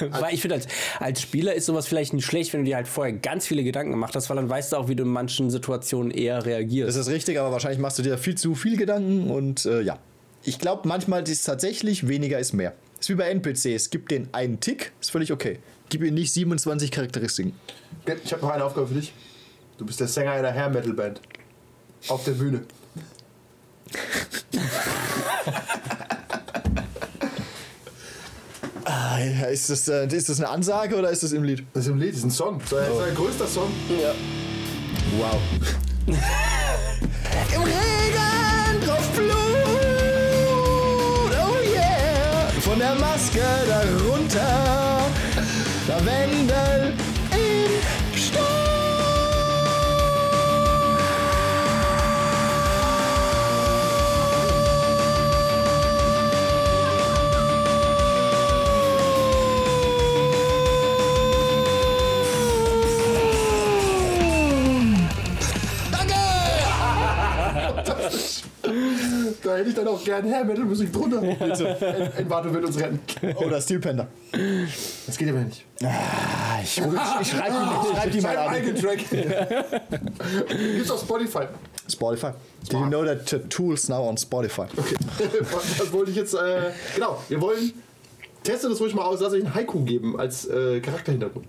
Speaker 3: Weil ich finde, als, als Spieler ist sowas vielleicht nicht schlecht, wenn du dir halt vorher ganz viele Gedanken gemacht hast, weil dann weißt du auch, wie du in manchen Situationen eher
Speaker 5: Das
Speaker 3: reagierst.
Speaker 5: ist richtig, aber wahrscheinlich machst du dir viel zu viel Gedanken und äh, ja. Ich glaube, manchmal ist tatsächlich weniger ist mehr. Ist wie bei NPCs. Gib den einen Tick, ist völlig okay. Gib ihm nicht 27 Charakteristiken.
Speaker 4: du? Ich habe noch eine Aufgabe für dich. Du bist der Sänger einer Hair Metal Band. Auf der Bühne.
Speaker 5: Ah, ja, ist, das, äh, ist das eine Ansage oder ist das im Lied?
Speaker 4: Das ist im Lied, das ist ein Song. Das ist sein größter Song.
Speaker 5: Wow. Im Regen drauf Blut, oh yeah. Von der Maske darunter, Lavendel im Sturm.
Speaker 4: Da hätte ich dann auch gern Hair Metal Musik drunter. Bitte. Envato wird uns retten.
Speaker 5: Oder Steel Panda.
Speaker 4: Das geht aber nicht.
Speaker 5: Ah, ich, ich schreib die, ich schreib die mal
Speaker 4: Schreib
Speaker 5: an.
Speaker 4: einen eigenen Track. Gibt's auf Spotify.
Speaker 5: Spotify. Did you know that the tools now on Spotify?
Speaker 4: das wollte ich jetzt. Äh, genau, wir wollen. Teste das ruhig mal aus, lass euch ein Haiku geben als äh, Charakterhintergrund.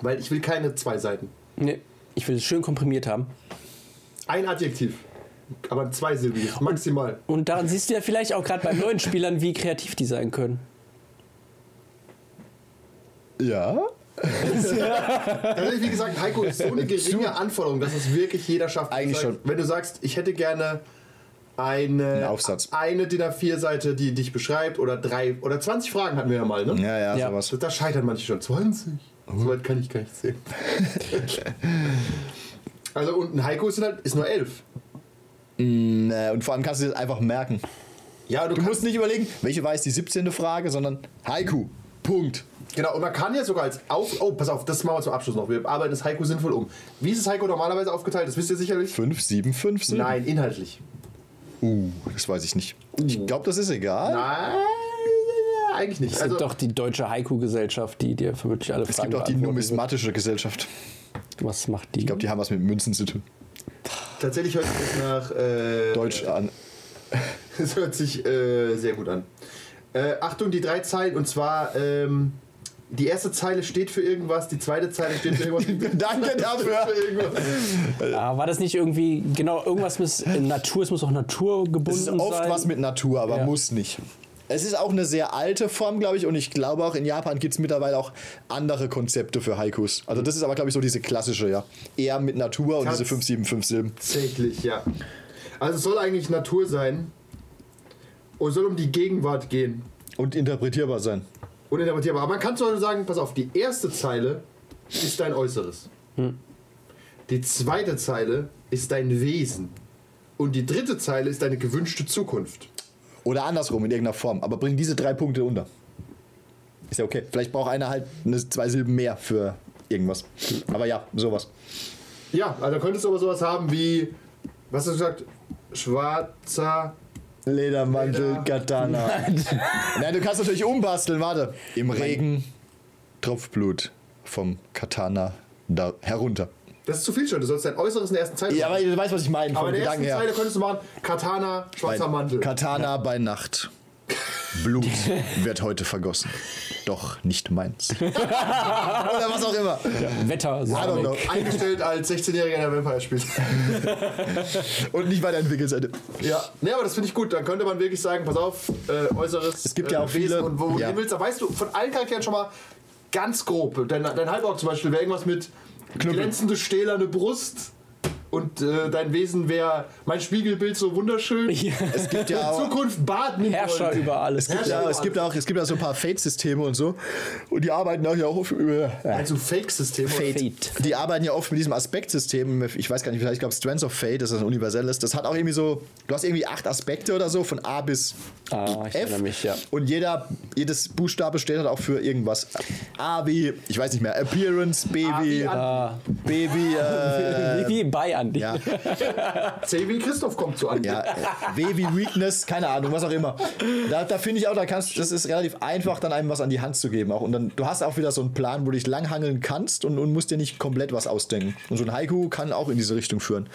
Speaker 4: Weil ich will keine zwei Seiten.
Speaker 3: Nee, ich will es schön komprimiert haben.
Speaker 4: Ein Adjektiv. Aber ein zweisilbiges, maximal.
Speaker 3: Und daran siehst du ja vielleicht auch gerade bei neuen Spielern, wie kreativ die sein können.
Speaker 5: Ja?
Speaker 4: Tatsächlich, Also, wie gesagt, Heiko, ist so eine geringe Anforderung, dass es wirklich jeder schafft.
Speaker 5: Eigentlich
Speaker 4: Sag,
Speaker 5: schon.
Speaker 4: Wenn du sagst, ich hätte gerne eine,
Speaker 5: Einen Aufsatz.
Speaker 4: eine DIN A4-Seite, die dich beschreibt, oder drei, oder 20 Fragen hatten wir ja mal, ne?
Speaker 5: Ja, Mhm. ja,
Speaker 3: Ja.
Speaker 5: sowas.
Speaker 4: Da scheitern manche schon. 20? So weit kann ich gar nicht sehen. also, und ein Heiko ist, halt, ist nur 11.
Speaker 5: Nee, und vor allem kannst du das einfach merken.
Speaker 4: Ja,
Speaker 5: Du
Speaker 4: kannst-
Speaker 5: musst nicht überlegen, welche war jetzt die 17. Frage, sondern Haiku. Punkt.
Speaker 4: Genau, und man kann ja sogar als auf. Oh, pass auf, das machen wir zum Abschluss noch. Wir arbeiten das Heiko sinnvoll um. Wie ist das Heiko normalerweise aufgeteilt? Das wisst ihr sicherlich.
Speaker 5: 5, 7, 5, 7.
Speaker 4: Nein, inhaltlich.
Speaker 5: Uh, das weiß ich nicht. Ich glaube, das ist egal.
Speaker 4: Nein, eigentlich nicht.
Speaker 6: Es
Speaker 4: Also,
Speaker 6: gibt doch die deutsche Haiku-Gesellschaft, die dir vermutlich alle
Speaker 5: es
Speaker 6: Fragen
Speaker 5: gibt auch die
Speaker 6: beantworten wird.
Speaker 5: numismatische Gesellschaft.
Speaker 6: Was macht die?
Speaker 5: Ich glaube, die haben was mit Münzen zu tun.
Speaker 4: tatsächlich hört sich das nach. Äh,
Speaker 5: Deutsch an.
Speaker 4: Das hört sich äh, sehr gut an. Äh, Achtung, die drei Zeilen. Und zwar, ähm, die erste Zeile steht für irgendwas, die zweite Zeile steht für irgendwas. die dritte
Speaker 5: Danke
Speaker 4: Zeile
Speaker 5: dafür.
Speaker 4: steht für irgendwas.
Speaker 5: äh,
Speaker 6: Ah, war das nicht irgendwie, genau, irgendwas muss, äh, Natur, es muss auch Natur gebunden
Speaker 5: Es ist oft
Speaker 6: sein?
Speaker 5: was mit Natur, aber
Speaker 6: Ja.
Speaker 5: muss nicht. Es ist auch eine sehr alte Form, glaube ich, und ich glaube auch in Japan gibt es mittlerweile auch andere Konzepte für Haikus. Also das ist aber, glaube ich, so diese klassische, ja. Eher mit Natur und
Speaker 4: Tanz.
Speaker 5: diese 5, 7, 5 Silben.
Speaker 4: Tatsächlich, ja. Also, es soll eigentlich Natur sein. Und es soll um die Gegenwart gehen.
Speaker 5: Und interpretierbar sein.
Speaker 4: Uninterpretierbar. Aber man kann zum Beispiel sagen, pass auf, die erste Zeile ist dein Äußeres.
Speaker 5: Hm.
Speaker 4: Die zweite Zeile ist dein Wesen. Und die dritte Zeile ist deine gewünschte Zukunft.
Speaker 5: Oder andersrum, in irgendeiner Form. Aber bring diese drei Punkte unter. Ist ja okay. Vielleicht braucht einer halt eine, zwei Silben mehr für irgendwas. Aber ja, sowas.
Speaker 4: Ja, also da könntest du aber sowas haben wie, was hast du gesagt? Schwarzer.
Speaker 5: Ledermantel, Katana. Nein, du kannst natürlich umbasteln, warte. Im Regen Tropfblut vom Katana da herunter.
Speaker 4: Das ist zu viel schon, du sollst dein Äußeres in der ersten Zeile.
Speaker 5: Ja, aber
Speaker 4: machen.
Speaker 5: du weißt, was ich meine,
Speaker 4: aber
Speaker 5: vom
Speaker 4: in der ersten
Speaker 5: Gedanken her.
Speaker 4: Zeile könntest du machen: Katana, schwarzer
Speaker 5: Bei-
Speaker 4: Mantel.
Speaker 5: Katana bei Nacht. Blut wird heute vergossen. Doch nicht meins. Oder was auch immer.
Speaker 6: Wetter,
Speaker 5: I don't know.
Speaker 6: Same.
Speaker 4: Eingestellt als 16-Jähriger in der Vampire spielt.
Speaker 5: Und nicht weiterentwickelt seine.
Speaker 4: Ja, nee, aber das finde ich gut. Dann könnte man wirklich sagen, pass auf, äh, äußeres.
Speaker 5: Es gibt ja
Speaker 4: äh,
Speaker 5: auch viele-
Speaker 4: Und wo
Speaker 5: ja.
Speaker 4: du willst, da weißt du von allen Charakteren schon mal ganz grob. Dein, dein Halborg zum Beispiel wäre irgendwas mit glänzende, stählerne Brust. Und äh, dein Wesen wäre mein Spiegelbild so wunderschön.
Speaker 5: Es gibt ja auch
Speaker 4: Zukunft Bad mit
Speaker 6: Herrscher
Speaker 4: Gold.
Speaker 6: über alles.
Speaker 5: Es gibt, ja, es gibt auch, es gibt ja so ein paar Fate-Systeme und so. Und die arbeiten auch ja auch oft über. äh,
Speaker 4: Also Fake-System.
Speaker 6: Fate.
Speaker 5: Die arbeiten ja oft mit diesem Aspektsystem. Ich weiß gar nicht, vielleicht ich glaube Strands of Fate, das ist ein universelles. Das hat auch irgendwie so, du hast irgendwie acht Aspekte oder so von A bis
Speaker 6: Ah, ich
Speaker 5: F.
Speaker 6: erinnere mich, ja.
Speaker 5: Und jeder, jedes Buchstabe steht halt auch für irgendwas. A wie, ich weiß nicht mehr, Appearance, B wie, B wie, äh,
Speaker 6: Wie bei Andi.
Speaker 5: ja,
Speaker 4: C wie Christoph kommt zu an.
Speaker 5: ja, äh, W wie Weakness, keine Ahnung, was auch immer. Da, da finde ich auch, da kannst, das ist relativ einfach, dann einem was an die Hand zu geben. Auch. Und dann, du hast auch wieder so einen Plan, wo du dich langhangeln kannst und, und musst dir nicht komplett was ausdenken. Und so ein Haiku kann auch in diese Richtung führen.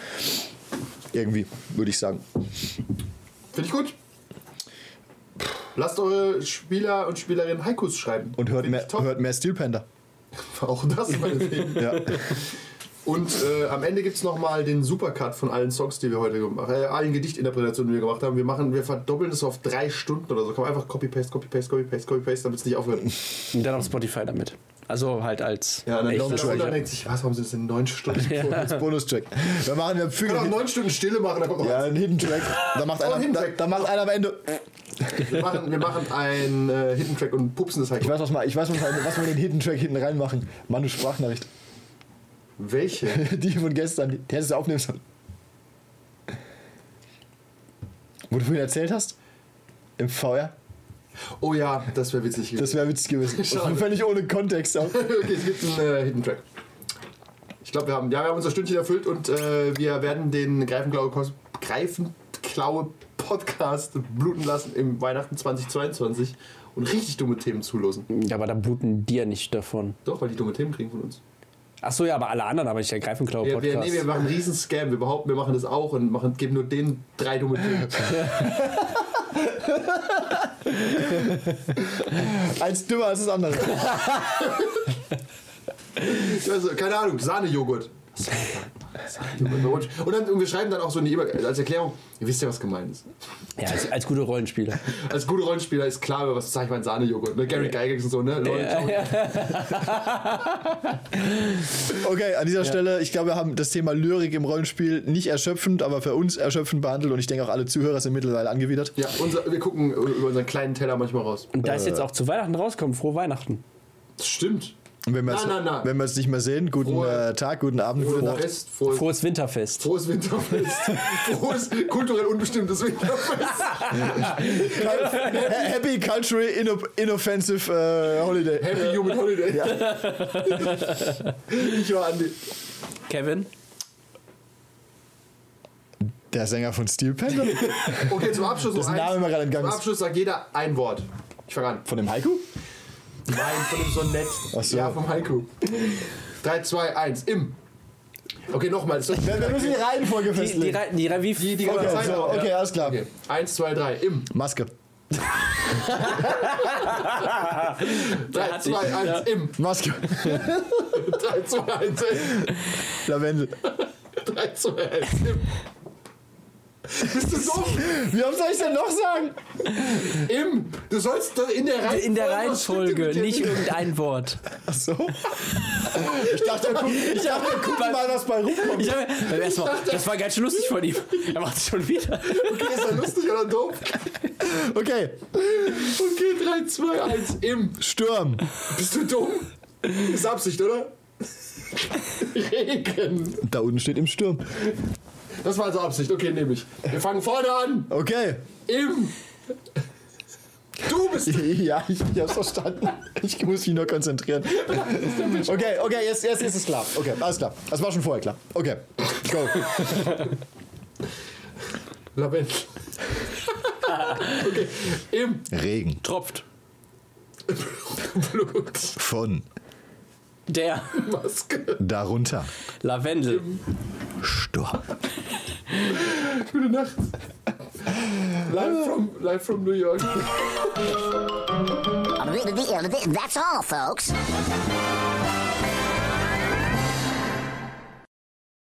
Speaker 5: Irgendwie, würde ich sagen.
Speaker 4: Finde ich gut. Lasst eure Spieler und Spielerinnen Haikus schreiben.
Speaker 5: Und hört
Speaker 4: Finde
Speaker 5: mehr,
Speaker 4: ich top.
Speaker 5: hört mehr Steel Panther.
Speaker 4: Auch das meinetwegen.
Speaker 5: Ja.
Speaker 4: Und äh, am Ende gibt es nochmal den Supercut von allen Songs, die wir heute gemacht haben, äh, allen Gedichtinterpretationen, die wir gemacht haben. Wir, machen, wir verdoppeln das auf drei Stunden oder so. Kann man einfach Copy-Paste, Copy-Paste, Copy-Paste, Copy-Paste, damit es nicht aufhört.
Speaker 3: Und dann auf Spotify damit. Also halt als.
Speaker 4: Ja, und dann
Speaker 3: echten
Speaker 4: kommt
Speaker 3: Treasure.
Speaker 4: man denkt sich, was, warum sind es denn neun Stunden? Ja.
Speaker 5: Als Bonustrack. Wir machen wir fügen
Speaker 4: Kann auch
Speaker 5: hin-
Speaker 4: neun Stunden Stille machen, da kommt noch
Speaker 5: ja,
Speaker 4: eins.
Speaker 5: einen Hidden Track. Da macht, einer,
Speaker 4: Hidden
Speaker 5: da,
Speaker 4: Track.
Speaker 5: da macht einer am Ende.
Speaker 4: Wir machen, wir machen einen äh, Hidden Track und pupsen das halt.
Speaker 5: Ich weiß, was, mal, ich weiß was, wir- was wir in den Hidden Track hinten reinmachen. Manu Sprachnachricht.
Speaker 4: Welche?
Speaker 5: Die von gestern, die hättest du aufnehmen sollen. Wo du vorhin erzählt hast? Im VR?
Speaker 4: Oh ja, das wäre witzig gewesen.
Speaker 5: Das wäre witzig gewesen.
Speaker 4: Schade.
Speaker 5: Völlig ohne Kontext auch.
Speaker 4: okay, es gibt einen äh, Hidden Track. Ich glaube, wir haben, ja, wir haben unser Stündchen erfüllt und äh, wir werden den Greifenklaue, Kos- Greifenklaue Podcast bluten lassen im Weihnachten 2022 und richtig dumme Themen zulosen.
Speaker 6: Ja, aber da bluten die ja nicht davon.
Speaker 4: Doch, weil die dumme Themen kriegen von uns.
Speaker 6: Achso, ja, aber alle anderen, aber ich ergreifen Klaue
Speaker 4: Wir, wir,
Speaker 6: Podcast.
Speaker 4: nee, wir machen einen riesen Scam. Wir behaupten, wir machen das auch und machen, geben nur denen drei dumme Themen.
Speaker 5: Eins dümmer als das andere.
Speaker 4: Also, keine Ahnung, Sahnejoghurt. Überholt. Und, dann, und wir schreiben dann auch so in die Über als Erklärung, ihr wisst ja, was gemeint ist.
Speaker 7: Ja, als, als gute Rollenspieler.
Speaker 4: Als gute Rollenspieler ist klar, über was sag ich mein Sahnejoghurt, ne? Gary Gygax und so, ne? Leute,
Speaker 5: Okay, an dieser Stelle, ich glaube, wir haben das Thema Lyrik im Rollenspiel nicht erschöpfend, aber für uns erschöpfend behandelt und ich denke auch alle Zuhörer sind mittlerweile angewidert.
Speaker 4: Ja, unser, wir gucken über unseren kleinen Teller manchmal raus.
Speaker 7: Und da es jetzt auch zu Weihnachten rauskommt, frohe Weihnachten.
Speaker 4: Das stimmt.
Speaker 5: Und wenn wir,
Speaker 4: Nein,
Speaker 5: es,
Speaker 4: nein, nein.
Speaker 5: wenn wir es nicht mehr sehen, guten
Speaker 4: Frohe-
Speaker 5: äh, Tag, guten Abend, gute
Speaker 4: Frohes
Speaker 5: Nacht.
Speaker 4: Fest, frohes,
Speaker 7: Frohes Winterfest.
Speaker 4: frohes Winterfest. frohes, kulturell unbestimmtes Winterfest.
Speaker 5: Happy Culturally inno Inoffensive äh, Holiday.
Speaker 4: Happy Human Holiday. ich war Andi.
Speaker 3: Kevin?
Speaker 5: Der Sänger von Steel Panther?
Speaker 4: Okay, zum Abschluss
Speaker 5: Das
Speaker 4: noch
Speaker 5: Name
Speaker 4: eins.
Speaker 5: war gerade entgangen.
Speaker 4: Zum Abschluss sagt jeder ein Wort. Ich fange an.
Speaker 5: Von dem Haiku?
Speaker 4: Nein, von dem Sonett.
Speaker 5: Ach so.
Speaker 4: Ja, vom Haiku. 3, 2, 1, im. Okay, nochmal. Das ist
Speaker 5: Wir, wir müssen die Reihenfolge
Speaker 3: Die, die,
Speaker 5: festlegen.
Speaker 3: Re- die, Re- wie die, die
Speaker 5: okay,
Speaker 4: Zeit
Speaker 5: so,
Speaker 4: auch, ja.
Speaker 5: okay, alles klar.
Speaker 4: okay. 1, 2, 3, im.
Speaker 5: Maske.
Speaker 4: 3, 2, 1, im.
Speaker 5: Maske.
Speaker 4: 3, 2, 1, im.
Speaker 5: Lavendel.
Speaker 4: 3, 2, 1, im. Bist du doof?
Speaker 5: Wie oft soll ich denn noch sagen?
Speaker 4: Im. Du sollst das in der Reihenfolge.
Speaker 3: in der
Speaker 4: was stimmt denn
Speaker 3: Reihenfolge,
Speaker 4: mit dir
Speaker 3: nicht irgendein Wort.
Speaker 5: Ach so. Ich dachte, wir gucken, ich dachte, wir gucken mal, was bei rumkommt.
Speaker 3: Ich hab, beim ersten mal, das war ganz schön lustig von ihm. Er macht es schon wieder.
Speaker 4: Okay, ist er lustig oder doof?
Speaker 5: Okay.
Speaker 4: Okay, 3, 2, 1, im.
Speaker 5: Sturm.
Speaker 4: Bist du dumm? Ist Absicht, oder? Regen.
Speaker 5: Da unten steht im Sturm.
Speaker 4: Das war also Absicht. Okay, nehme ich. Wir fangen vorne an.
Speaker 5: Okay.
Speaker 4: Im. Du bist.
Speaker 5: Ja, ich, ich hab's verstanden. Ich muss mich nur konzentrieren. Okay, okay, jetzt, jetzt ist es klar. Okay, alles klar. Das war schon vorher klar. Okay, go.
Speaker 4: Lavendel. okay. Im
Speaker 5: Regen
Speaker 3: Tropft.
Speaker 4: Blut.
Speaker 5: von
Speaker 3: Der
Speaker 4: Maske.
Speaker 5: darunter
Speaker 3: Lavendel.
Speaker 5: Sturm.
Speaker 4: Gute Nacht. Live from, live from New York.
Speaker 8: That's all, folks.